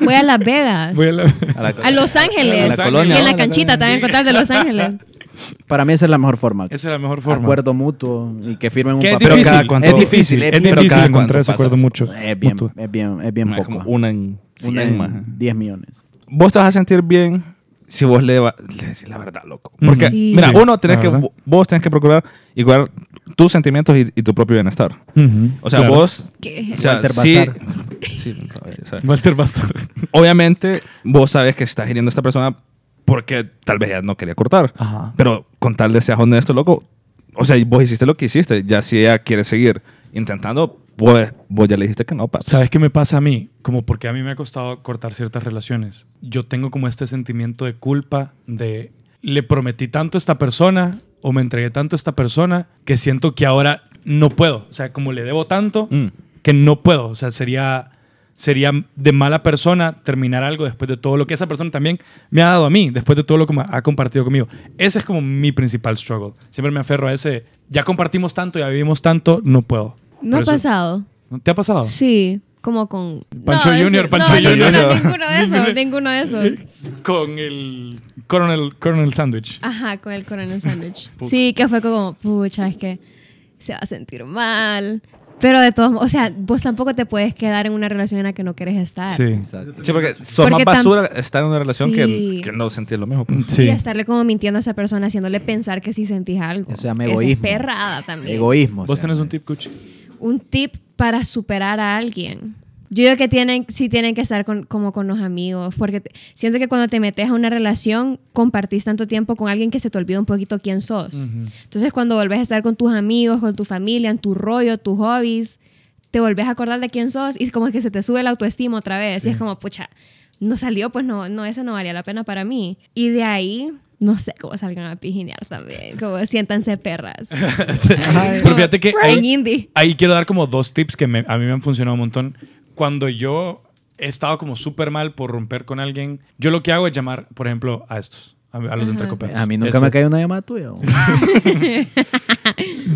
Speaker 5: Voy a Las Vegas.
Speaker 2: Voy a la-
Speaker 3: A, la-
Speaker 5: A Los Ángeles.
Speaker 3: A la colonia,
Speaker 5: en la
Speaker 3: ¿no?
Speaker 5: canchita te van a encontrar de Los Ángeles.
Speaker 4: Para mí esa es la mejor forma.
Speaker 2: Esa es la mejor forma.
Speaker 4: Acuerdo mutuo y que firmen un
Speaker 2: Que es
Speaker 4: papel.
Speaker 2: difícil,
Speaker 4: Pero cada-
Speaker 3: es
Speaker 4: es difícil,
Speaker 2: Es
Speaker 4: es bien,
Speaker 3: pero
Speaker 2: difícil
Speaker 3: cada
Speaker 2: encontrar
Speaker 3: cuánto
Speaker 2: ese acuerdo
Speaker 3: pasa,
Speaker 2: mucho.
Speaker 4: es bien,
Speaker 2: mutuo.
Speaker 4: es bien, es bien
Speaker 3: ma, es
Speaker 4: poco.
Speaker 3: como Una en cien,
Speaker 4: Una
Speaker 3: ma.
Speaker 4: en 10 millones.
Speaker 3: vos te vas a sentir bien si vos le, va- le decís la verdad, loco.
Speaker 2: Mm.
Speaker 3: Porque,
Speaker 5: Sí.
Speaker 3: mira,
Speaker 2: Sí,
Speaker 3: uno, tenés
Speaker 2: la
Speaker 3: que,
Speaker 2: verdad.
Speaker 3: vos tenés que procurar igual tus sentimientos y, y tu propio bienestar.
Speaker 2: Ujú,
Speaker 3: O sea,
Speaker 2: Mm, claro.
Speaker 3: vos...
Speaker 5: Que-
Speaker 3: O sea,
Speaker 4: Walter
Speaker 3: sí,
Speaker 4: Bazar.
Speaker 3: sí, o sea,
Speaker 2: Walter Bastard.
Speaker 3: obviamente, vos sabes que estás hiriendo a esta persona porque tal vez ella no quería cortar.
Speaker 2: Ajá.
Speaker 3: Pero con tal de seas honesto, loco, o sea, vos hiciste lo que hiciste. Ya si ella quiere seguir intentando, pues vos ya le dijiste que no, papi.
Speaker 2: ¿Sabes qué me pasa a mí? Como porque a mí me ha costado cortar ciertas relaciones. Yo tengo como este sentimiento de culpa de le prometí tanto a esta persona o me entregué tanto a esta persona que siento que ahora no puedo. O sea, como le debo tanto
Speaker 3: Mm.
Speaker 2: que no puedo. O sea, sería, sería de mala persona terminar algo después de todo lo que esa persona también me ha dado a mí, después de todo lo que me ha compartido conmigo. Ese es como mi principal struggle. Siempre me aferro a ese, ya compartimos tanto, ya vivimos tanto, no puedo.
Speaker 5: Me ha
Speaker 2: Pero eso-
Speaker 5: pasado.
Speaker 2: ¿Te ha pasado?
Speaker 5: Sí, como con...
Speaker 2: Pancho
Speaker 5: ese-
Speaker 2: Junior, Pancho
Speaker 5: ninguno-
Speaker 2: Junior.
Speaker 5: Ninguno de esos, ninguno de esos.
Speaker 2: Con el Coronel, coronel Sandwich.
Speaker 5: Ajá, con el coronel sandwich. Sí, que fue como, pucha, es que se va a sentir mal. Pero de todos modos, o sea, vos tampoco te puedes quedar en una relación en la que no querés estar.
Speaker 2: Sí.
Speaker 3: Sí, porque sos más
Speaker 5: Porque tam-
Speaker 3: basura estar en una relación
Speaker 5: Sí.
Speaker 3: que, que no sentir lo mismo. pues.
Speaker 5: Y estarle como mintiendo a esa persona, haciéndole pensar que sí sentís algo.
Speaker 4: O sea, me
Speaker 5: Esa es
Speaker 4: egoísmo.
Speaker 5: perrada también.
Speaker 4: Egoísmo. o
Speaker 2: Vos
Speaker 4: sea,
Speaker 2: tenés un tip, Cuchi.
Speaker 5: Un tip para superar a alguien. Yo digo que tienen, sí tienen que estar con- como con los amigos, porque te- siento que cuando te metes a una relación, compartís tanto tiempo con alguien que se te olvida un poquito quién sos. Entonces, cuando volvés a estar con tus amigos, con tu familia, en tu rollo, tus hobbies, te volvés a acordar de quién sos y es como que se te sube la autoestima otra vez. Y es como, pucha, no salió, pues no, no, eso no valía la pena para mí. Y de ahí, no sé cómo salgan a pijinear también, como siéntanse perras.
Speaker 2: Pero fíjate que
Speaker 5: En indie.
Speaker 2: ahí, ahí quiero dar como dos tips que me- a mí me han funcionado un montón. Cuando yo he estado como súper mal por romper con alguien, yo lo que hago es llamar, por ejemplo, a estos, a, a los entrecoperos.
Speaker 4: A mí nunca
Speaker 2: Eso.
Speaker 4: me cae una llamada tuya. güey.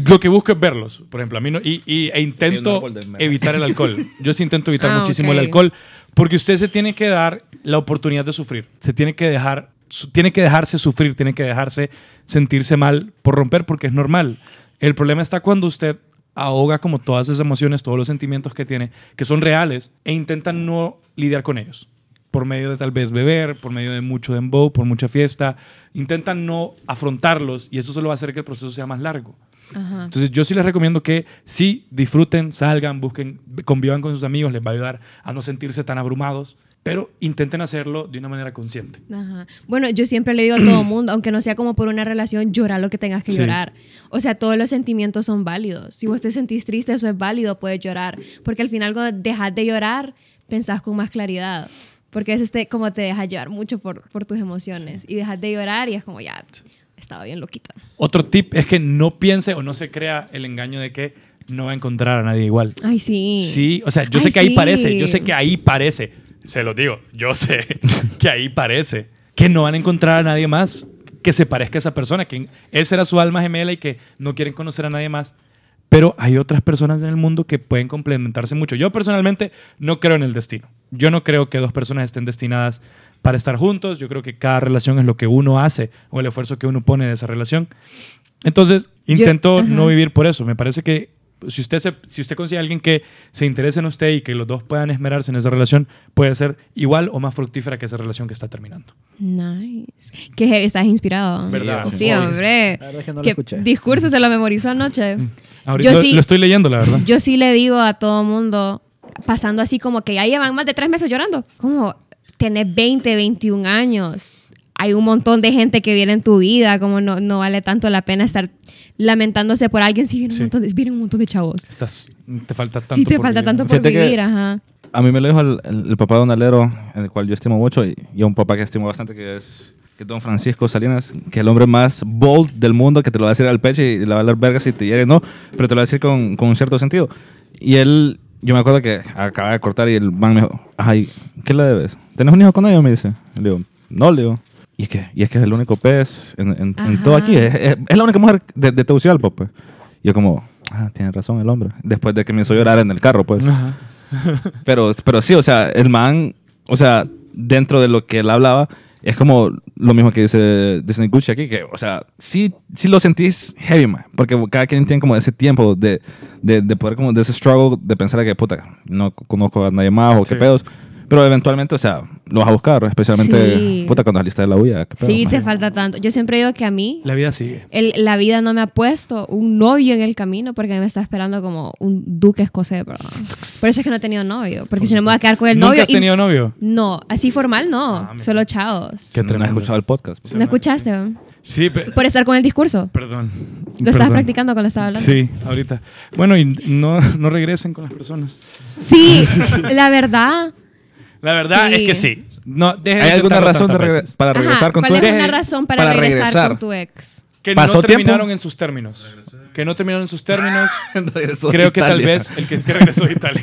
Speaker 2: Lo que busco es verlos, por ejemplo, a mí no, y, y- e
Speaker 3: Sí,
Speaker 2: intento
Speaker 3: un árbol de merda.
Speaker 2: evitar el alcohol. Yo sí intento evitar
Speaker 5: Ah,
Speaker 2: muchísimo
Speaker 5: ok.
Speaker 2: el alcohol, porque usted se tiene que dar la oportunidad de sufrir, se tiene que dejar, su- tiene que dejarse sufrir, tiene que dejarse sentirse mal por romper, porque es normal. El problema está cuando usted ahoga como todas esas emociones, todos los sentimientos que tiene, que son reales, e intenta no lidiar con ellos por medio de tal vez beber, por medio de mucho dembow, por mucha fiesta, intenta no afrontarlos y eso solo va a hacer que el proceso sea más largo.
Speaker 5: Ajá.
Speaker 2: Entonces yo sí les recomiendo que sí disfruten, salgan, busquen, convivan con sus amigos, les va a ayudar a no sentirse tan abrumados, pero intenten hacerlo de una manera consciente.
Speaker 5: Ajá. Bueno, yo siempre le digo a todo mundo, aunque no sea como por una relación, llora lo que tengas que
Speaker 2: Sí.
Speaker 5: llorar. O sea, todos los sentimientos son válidos. Si vos te sentís triste, eso es válido, puedes llorar. Porque al final, cuando dejas de llorar, pensás con más claridad. Porque es este, como te dejas llevar mucho por, por tus emociones. Y dejas de llorar y es como, ya, estaba bien loquita.
Speaker 2: Otro tip es que no piense o no se crea el engaño de que no va a encontrar a nadie igual.
Speaker 5: Ay, sí.
Speaker 2: Sí, o sea, yo
Speaker 5: Ay,
Speaker 2: sé que ahí
Speaker 5: sí.
Speaker 2: parece, yo sé que ahí parece, se lo digo, yo sé que ahí parece, que no van a encontrar a nadie más que se parezca a esa persona, que esa era su alma gemela y que no quieren conocer a nadie más. Pero hay otras personas en el mundo que pueden complementarse mucho. Yo personalmente no creo en el destino. Yo no creo que dos personas estén destinadas para estar juntos. Yo creo que cada relación es lo que uno hace o el esfuerzo que uno pone de esa relación. Entonces, intento
Speaker 5: ajá.
Speaker 2: no vivir por eso. Me parece que si usted, se- si usted consigue a alguien que se interese en usted y que los dos puedan esmerarse en esa relación, puede ser igual o más fructífera que esa relación que está terminando.
Speaker 5: Nice. Que heavy, estás inspirado.
Speaker 2: ¿Verdad?
Speaker 5: Sí, hombre.
Speaker 4: La verdad es que no lo
Speaker 5: Qué
Speaker 4: escuché.
Speaker 5: Discurso se lo memorizó anoche.
Speaker 2: Ahorita
Speaker 5: Yo
Speaker 2: lo,
Speaker 5: sí-
Speaker 2: lo estoy leyendo, la verdad.
Speaker 5: Yo sí le digo a todo mundo, pasando así como que ya llevan más de tres meses llorando, como tenés 20, 21 años, hay un montón de gente que viene en tu vida, como no, no vale tanto la pena estar lamentándose por alguien si viene un,
Speaker 2: Sí.
Speaker 5: montón, de, vienen un montón de chavos.
Speaker 2: Estás, te falta tanto.
Speaker 5: si te
Speaker 2: por
Speaker 5: falta
Speaker 2: vivir.
Speaker 5: tanto por
Speaker 3: Fíjate que-
Speaker 5: vivir, ajá.
Speaker 3: A mí me lo dijo el, el- el papá de un alero, el cual yo estimo mucho, y, y a un papá que estimo bastante, que es que don Francisco Salinas, que es el hombre más bold del mundo, que te lo va a decir al pecho y le va a hablar verga si te llega o no, pero te lo va a decir con, con un cierto sentido. Y él, yo me acuerdo que acaba de cortar y el man me dijo, ay, ¿qué le debes? ¿Tenés un hijo con ella? Me dice. Le digo, no, le digo. Y es que, y es, que es el único pez en, en- en todo
Speaker 5: Ajá.
Speaker 3: aquí. Es, es- es la única mujer de, de Tegucigalpa, pues. Y yo como, ah, tiene razón el hombre. Después de que me hizo llorar en el carro, pues. Pero, pero sí, o sea, el man, o sea, dentro de lo que él hablaba, es como lo mismo que dice Disney Gucci aquí, que, o sea, sí, sí lo sentís heavy, man, porque cada quien tiene como ese tiempo de, de, de poder, como de ese struggle de pensar que, puta, no conozco a nadie más o
Speaker 2: Sí.
Speaker 3: qué pedos. Pero eventualmente, o sea, lo vas a buscar, especialmente,
Speaker 5: Sí.
Speaker 3: puta, cuando saliste de la huya. qué pedo,
Speaker 5: Sí,
Speaker 3: man.
Speaker 5: te falta tanto. Yo siempre digo que a mí
Speaker 2: La vida sigue.
Speaker 5: el- la vida no me ha puesto un novio en el camino porque a mí me está esperando como un duque escocés, ¿verdad? Por eso es que no he tenido novio, porque si no me voy a quedar con el
Speaker 2: ¿Nunca
Speaker 5: novio.
Speaker 2: has
Speaker 5: y-
Speaker 2: tenido novio?
Speaker 5: No, así formal no,
Speaker 2: Ah,
Speaker 5: solo chaos.
Speaker 3: Que no has escuchado el podcast. pues.
Speaker 5: ¿No escuchaste?
Speaker 2: Sí, pe-
Speaker 5: Por e- estar con el discurso.
Speaker 2: perdón.
Speaker 5: Lo estabas
Speaker 2: Perdón.
Speaker 5: practicando cuando estaba hablando.
Speaker 2: Sí, ahorita. Bueno, y no, no regresen con las personas.
Speaker 5: Sí, la verdad.
Speaker 2: La verdad
Speaker 5: Sí.
Speaker 2: es que sí. No, dejen de
Speaker 3: ¿Hay alguna
Speaker 2: intentarlo
Speaker 3: razón de
Speaker 2: tantas
Speaker 3: regre-
Speaker 2: veces.
Speaker 3: para regresar
Speaker 5: Ajá,
Speaker 3: con tu
Speaker 5: ¿Cuál es una
Speaker 3: Deje-
Speaker 5: razón para, regresar, con tu ex?
Speaker 2: Que
Speaker 3: ¿Pasó
Speaker 2: no
Speaker 3: tiempo?
Speaker 2: terminaron en sus términos. Que no terminaron en sus términos.
Speaker 3: Regresó a
Speaker 2: creo que tal
Speaker 3: Italia.
Speaker 2: vez el que, que regresó a Italia.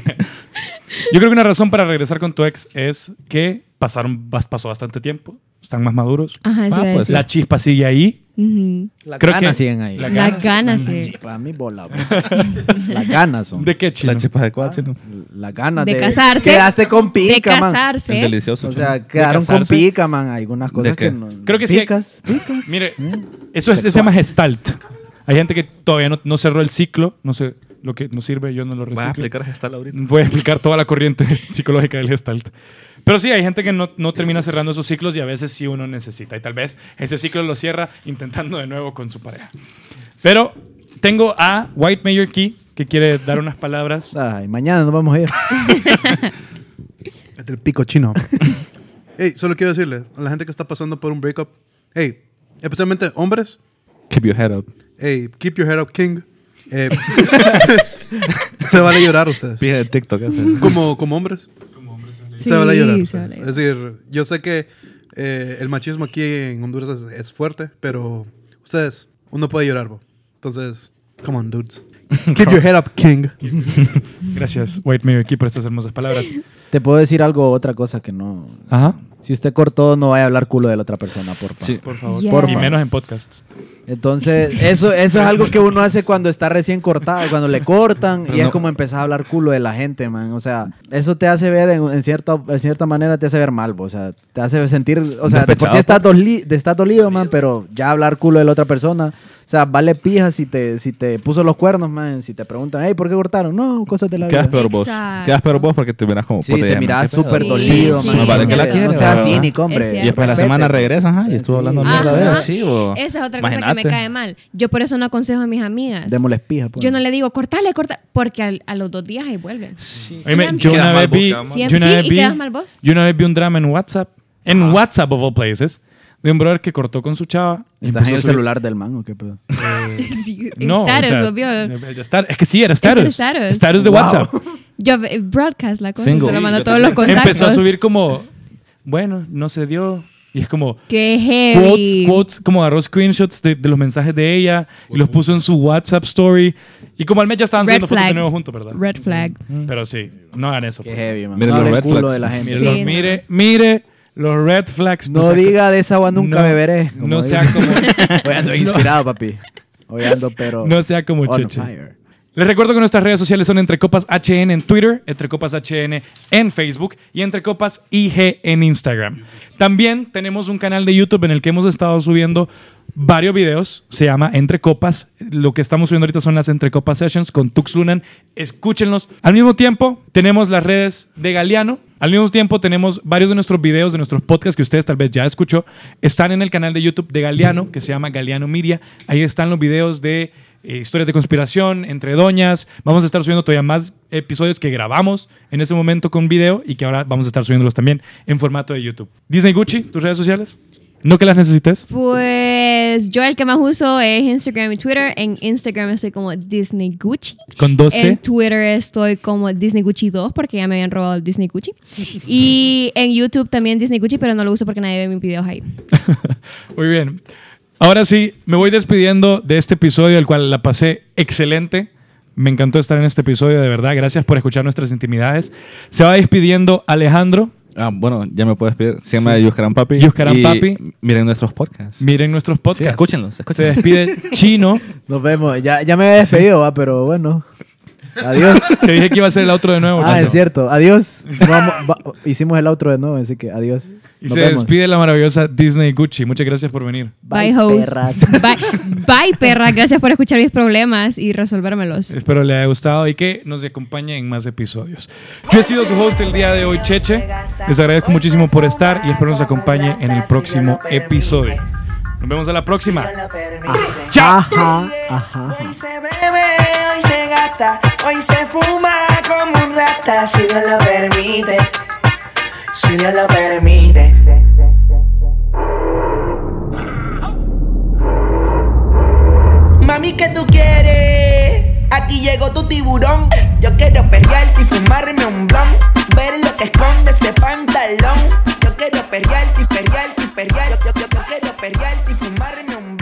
Speaker 2: Yo creo que una razón para regresar con tu ex es que pasaron, bas- pasó bastante tiempo, están más maduros.
Speaker 5: Ajá, eso
Speaker 3: Ah,
Speaker 5: iba a
Speaker 3: pues,
Speaker 5: decir.
Speaker 2: La chispa sigue ahí.
Speaker 5: Ujú.
Speaker 4: Las
Speaker 2: Creo
Speaker 4: ganas
Speaker 2: que-
Speaker 4: siguen ahí.
Speaker 2: la-
Speaker 5: Las ganas,
Speaker 2: ganas,
Speaker 5: sí.
Speaker 4: Para mí, bola. bro. Las ganas son.
Speaker 2: ¿De qué chino?
Speaker 3: La chispa de cuál, chino?
Speaker 5: Ah,
Speaker 4: Las ganas
Speaker 5: De
Speaker 4: de.
Speaker 5: casarse.
Speaker 4: Quedarse con pica,
Speaker 5: de
Speaker 4: man.
Speaker 5: casarse.
Speaker 3: El delicioso.
Speaker 4: O
Speaker 3: chino.
Speaker 4: sea, quedaron con
Speaker 2: casarse.
Speaker 4: pica, man. Algunas cosas
Speaker 3: ¿De qué?
Speaker 4: que no.
Speaker 2: Creo que sí.
Speaker 4: picas, Picas.
Speaker 2: Mire,
Speaker 3: Mm.
Speaker 2: eso es- se llama gestalt. Hay gente que todavía no, no cerró el ciclo, no sé lo que nos sirve, yo no lo
Speaker 3: Vas a
Speaker 2: reciclo.
Speaker 3: explicar hasta ahorita.
Speaker 2: Voy a explicar toda la corriente psicológica del gestalt. Pero sí, hay gente que no, no termina cerrando esos ciclos y a veces sí uno necesita. Y tal vez ese ciclo lo cierra intentando de nuevo con su pareja. Pero tengo a White Mayor Key, que quiere dar unas palabras.
Speaker 4: Ay, mañana nos vamos a ir.
Speaker 7: El del pico chino. hey, solo quiero decirle a la gente que está pasando por un breakup, hey, especialmente hombres,
Speaker 3: Keep your head up.
Speaker 7: hey, keep your head up, king. Eh, se van a llorar ustedes.
Speaker 3: Pija de TikTok. ese.
Speaker 7: Como, como hombres,
Speaker 5: Sí,
Speaker 7: se van a llorar.
Speaker 5: se
Speaker 7: ustedes.
Speaker 5: vale.
Speaker 7: Es decir, yo sé que eh, el machismo aquí en Honduras es, es fuerte, pero ustedes, uno puede llorar, bo. Entonces, come on, dudes. Keep your head up, king.
Speaker 2: Gracias, White Mayor Key, por estas hermosas palabras.
Speaker 4: Te puedo decir algo, otra cosa que no.
Speaker 2: Ajá.
Speaker 4: Si usted cortó, no vaya a hablar culo de la otra persona, por favor.
Speaker 3: Sí.
Speaker 2: Por favor.
Speaker 5: Yes.
Speaker 2: Y
Speaker 4: Porfa.
Speaker 2: menos en podcasts.
Speaker 4: Entonces, eso, eso es algo que uno hace cuando está recién cortado, cuando le cortan y es como empezar a hablar culo de la gente, man. O sea, eso te hace ver, en, en cierta, en cierta manera, te hace ver mal, bo. o sea, te hace sentir, o sea, de
Speaker 3: Despechado,
Speaker 4: por
Speaker 3: pues.
Speaker 4: sí estás, doli- de- estás dolido, man, pero ya hablar culo de la otra persona, o sea, vale pija si te, si te puso los cuernos, man, si te preguntan, hey, ¿por qué cortaron? No, cosas de la
Speaker 3: Quedas
Speaker 4: vida.
Speaker 3: peor vos.
Speaker 5: Exacto.
Speaker 3: Quedas peor vos porque te miras como
Speaker 4: Sí,
Speaker 3: puta,
Speaker 4: te
Speaker 3: ya,
Speaker 4: mirás
Speaker 3: ¿qué pedo?
Speaker 4: súper
Speaker 5: Sí,
Speaker 4: dolido,
Speaker 5: sí,
Speaker 4: man.
Speaker 5: No, vale que la
Speaker 4: no
Speaker 5: quieres,
Speaker 4: seas
Speaker 5: ¿verdad?
Speaker 4: cínico,
Speaker 5: Es
Speaker 4: hombre.
Speaker 5: cierto.
Speaker 3: Y después la
Speaker 5: Respétese.
Speaker 3: semana regresas, ajá, y estuvo hablando
Speaker 5: Ajá.
Speaker 3: mierda de él. Sí, bo.
Speaker 5: Esa es otra cosa que me
Speaker 3: Imagínate.
Speaker 5: cae mal. Yo por eso no aconsejo a mis amigas.
Speaker 4: Démosles pija, pues.
Speaker 5: Yo no le digo, cortale, corta, porque al- a los dos días ahí vuelven.
Speaker 2: Oíme,
Speaker 5: Siempre.
Speaker 2: yo una
Speaker 3: Quedas mal
Speaker 2: vez
Speaker 3: vos,
Speaker 2: vi,
Speaker 3: quedas mal.
Speaker 2: yo
Speaker 5: Siempre.
Speaker 2: una
Speaker 5: Sí,
Speaker 2: vez
Speaker 5: y
Speaker 2: vi-
Speaker 5: quedas mal vos.
Speaker 2: yo una vez vi un drama en WhatsApp, en
Speaker 4: Ah.
Speaker 2: WhatsApp of all places, de un brother que cortó con su chava. y
Speaker 4: ¿Estás en
Speaker 2: empezó a subir-
Speaker 4: el celular del man o qué pedo?
Speaker 5: Sí, en
Speaker 2: Eh, No, o
Speaker 5: status,
Speaker 2: sea,
Speaker 5: lo vio.
Speaker 2: eh, star- es que sí, era status.
Speaker 5: el status.
Speaker 2: de
Speaker 4: Wow.
Speaker 2: WhatsApp.
Speaker 5: Yo eh, broadcast la cosa,
Speaker 3: Single.
Speaker 5: se lo
Speaker 3: Sí,
Speaker 5: mando
Speaker 3: yo
Speaker 5: todos los contactos.
Speaker 2: Empezó a subir como, bueno, no se dio. Y es como,
Speaker 5: Qué
Speaker 2: quotes,
Speaker 5: heavy.
Speaker 2: quotes, como agarró screenshots de, de los mensajes de ella y los puso en su WhatsApp story. Y como al mes ya estaban
Speaker 5: Red
Speaker 2: subiendo fotos de
Speaker 5: flag.
Speaker 2: nuevo juntos, ¿verdad?
Speaker 5: Red flag.
Speaker 2: Pero sí, no hagan eso.
Speaker 4: Qué
Speaker 2: pues.
Speaker 4: heavy, man.
Speaker 3: Miren
Speaker 4: No
Speaker 3: los
Speaker 4: hablen
Speaker 3: red
Speaker 4: culo
Speaker 3: flags.
Speaker 4: de la
Speaker 2: Mire,
Speaker 4: gente.
Speaker 5: Sí,
Speaker 2: los-
Speaker 5: no.
Speaker 2: mire, mire los red flags. Pues
Speaker 4: No
Speaker 2: sea-
Speaker 4: diga de esa agua nunca
Speaker 2: no-
Speaker 4: beberé. como
Speaker 2: No
Speaker 4: dice.
Speaker 2: sea como...
Speaker 4: Hoy ando inspirado, papi. Hoy ando, pero.
Speaker 2: No sea como
Speaker 4: on
Speaker 2: Cheche.
Speaker 4: fire.
Speaker 2: Les recuerdo que nuestras redes sociales son Entre Copas HN en Twitter, Entre Copas HN en Facebook y Entre Copas IG en Instagram. También tenemos un canal de YouTube en el que hemos estado subiendo varios videos. Se llama Entre Copas. Lo que estamos subiendo ahorita son las Entre Copas Sessions con Tux Lunan. Escúchenlos. Al mismo tiempo, tenemos las redes de Galeano. Al mismo tiempo, tenemos varios de nuestros videos, de nuestros podcasts que ustedes tal vez ya escuchó. Están en el canal de YouTube de Galeano, que se llama Galeano Miria. Ahí están los videos de eh, historias de conspiración, entre doñas. Vamos a estar subiendo todavía más episodios que grabamos en ese momento con video y que ahora vamos a estar subiéndolos también en formato de YouTube. Disney Gucci, tus redes sociales. No que las necesites.
Speaker 5: Pues yo el que más uso es Instagram y Twitter. En Instagram estoy como Disney Gucci.
Speaker 2: Con 12.
Speaker 5: En Twitter estoy como Disney Gucci 2 porque ya me habían robado el Disney Gucci. Y en YouTube también Disney Gucci, pero no lo uso porque nadie ve mis videos ahí.
Speaker 2: Muy bien. Ahora sí, me voy despidiendo de este episodio, el cual la pasé excelente. Me encantó estar en este episodio, de verdad. Gracias por escuchar nuestras intimidades. Se va despidiendo Alejandro.
Speaker 3: Ah, bueno, ya me puedes pedir. Se llama Yuscaran Papi.
Speaker 2: Yuscaran
Speaker 3: Y
Speaker 2: Papi.
Speaker 3: Miren nuestros podcasts.
Speaker 2: Miren nuestros podcasts.
Speaker 3: Sí, escúchenlos,
Speaker 2: Se
Speaker 3: escúchenlos.
Speaker 2: despide Chino.
Speaker 4: Nos vemos. Ya, ya me había despedido, va, pero bueno. Adiós.
Speaker 2: Te dije que iba a hacer el outro de nuevo.
Speaker 4: ah,
Speaker 2: Chino.
Speaker 4: es cierto. Adiós. No vamos- va- hicimos el outro de nuevo, así que adiós.
Speaker 2: Y se despide la maravillosa Disney Gucci. Muchas gracias por venir.
Speaker 5: Bye, hoes. Bye, bye, perra. Gracias por escuchar mis problemas y resolvérmelos.
Speaker 2: Espero le haya gustado y que nos acompañe en más episodios. Yo he sido su host el día de hoy, Cheche. Les agradezco muchísimo por estar y espero nos acompañe en el próximo episodio. Nos vemos a la próxima.
Speaker 4: Chao. Ajá, ajá.
Speaker 8: Hoy se bebe, hoy se gasta, hoy se fuma como un rata, si Dios lo permite, si Dios lo permite. Mami, ¿qué tú quieres? Aquí llegó tu tiburón. Yo quiero pelearte y fumarme un blon. Ver lo que esconde ese pantalón. Yo quiero pelearte y pelearte y pelearte. Yo, yo, yo, yo quiero pelearte y fumarme un blon.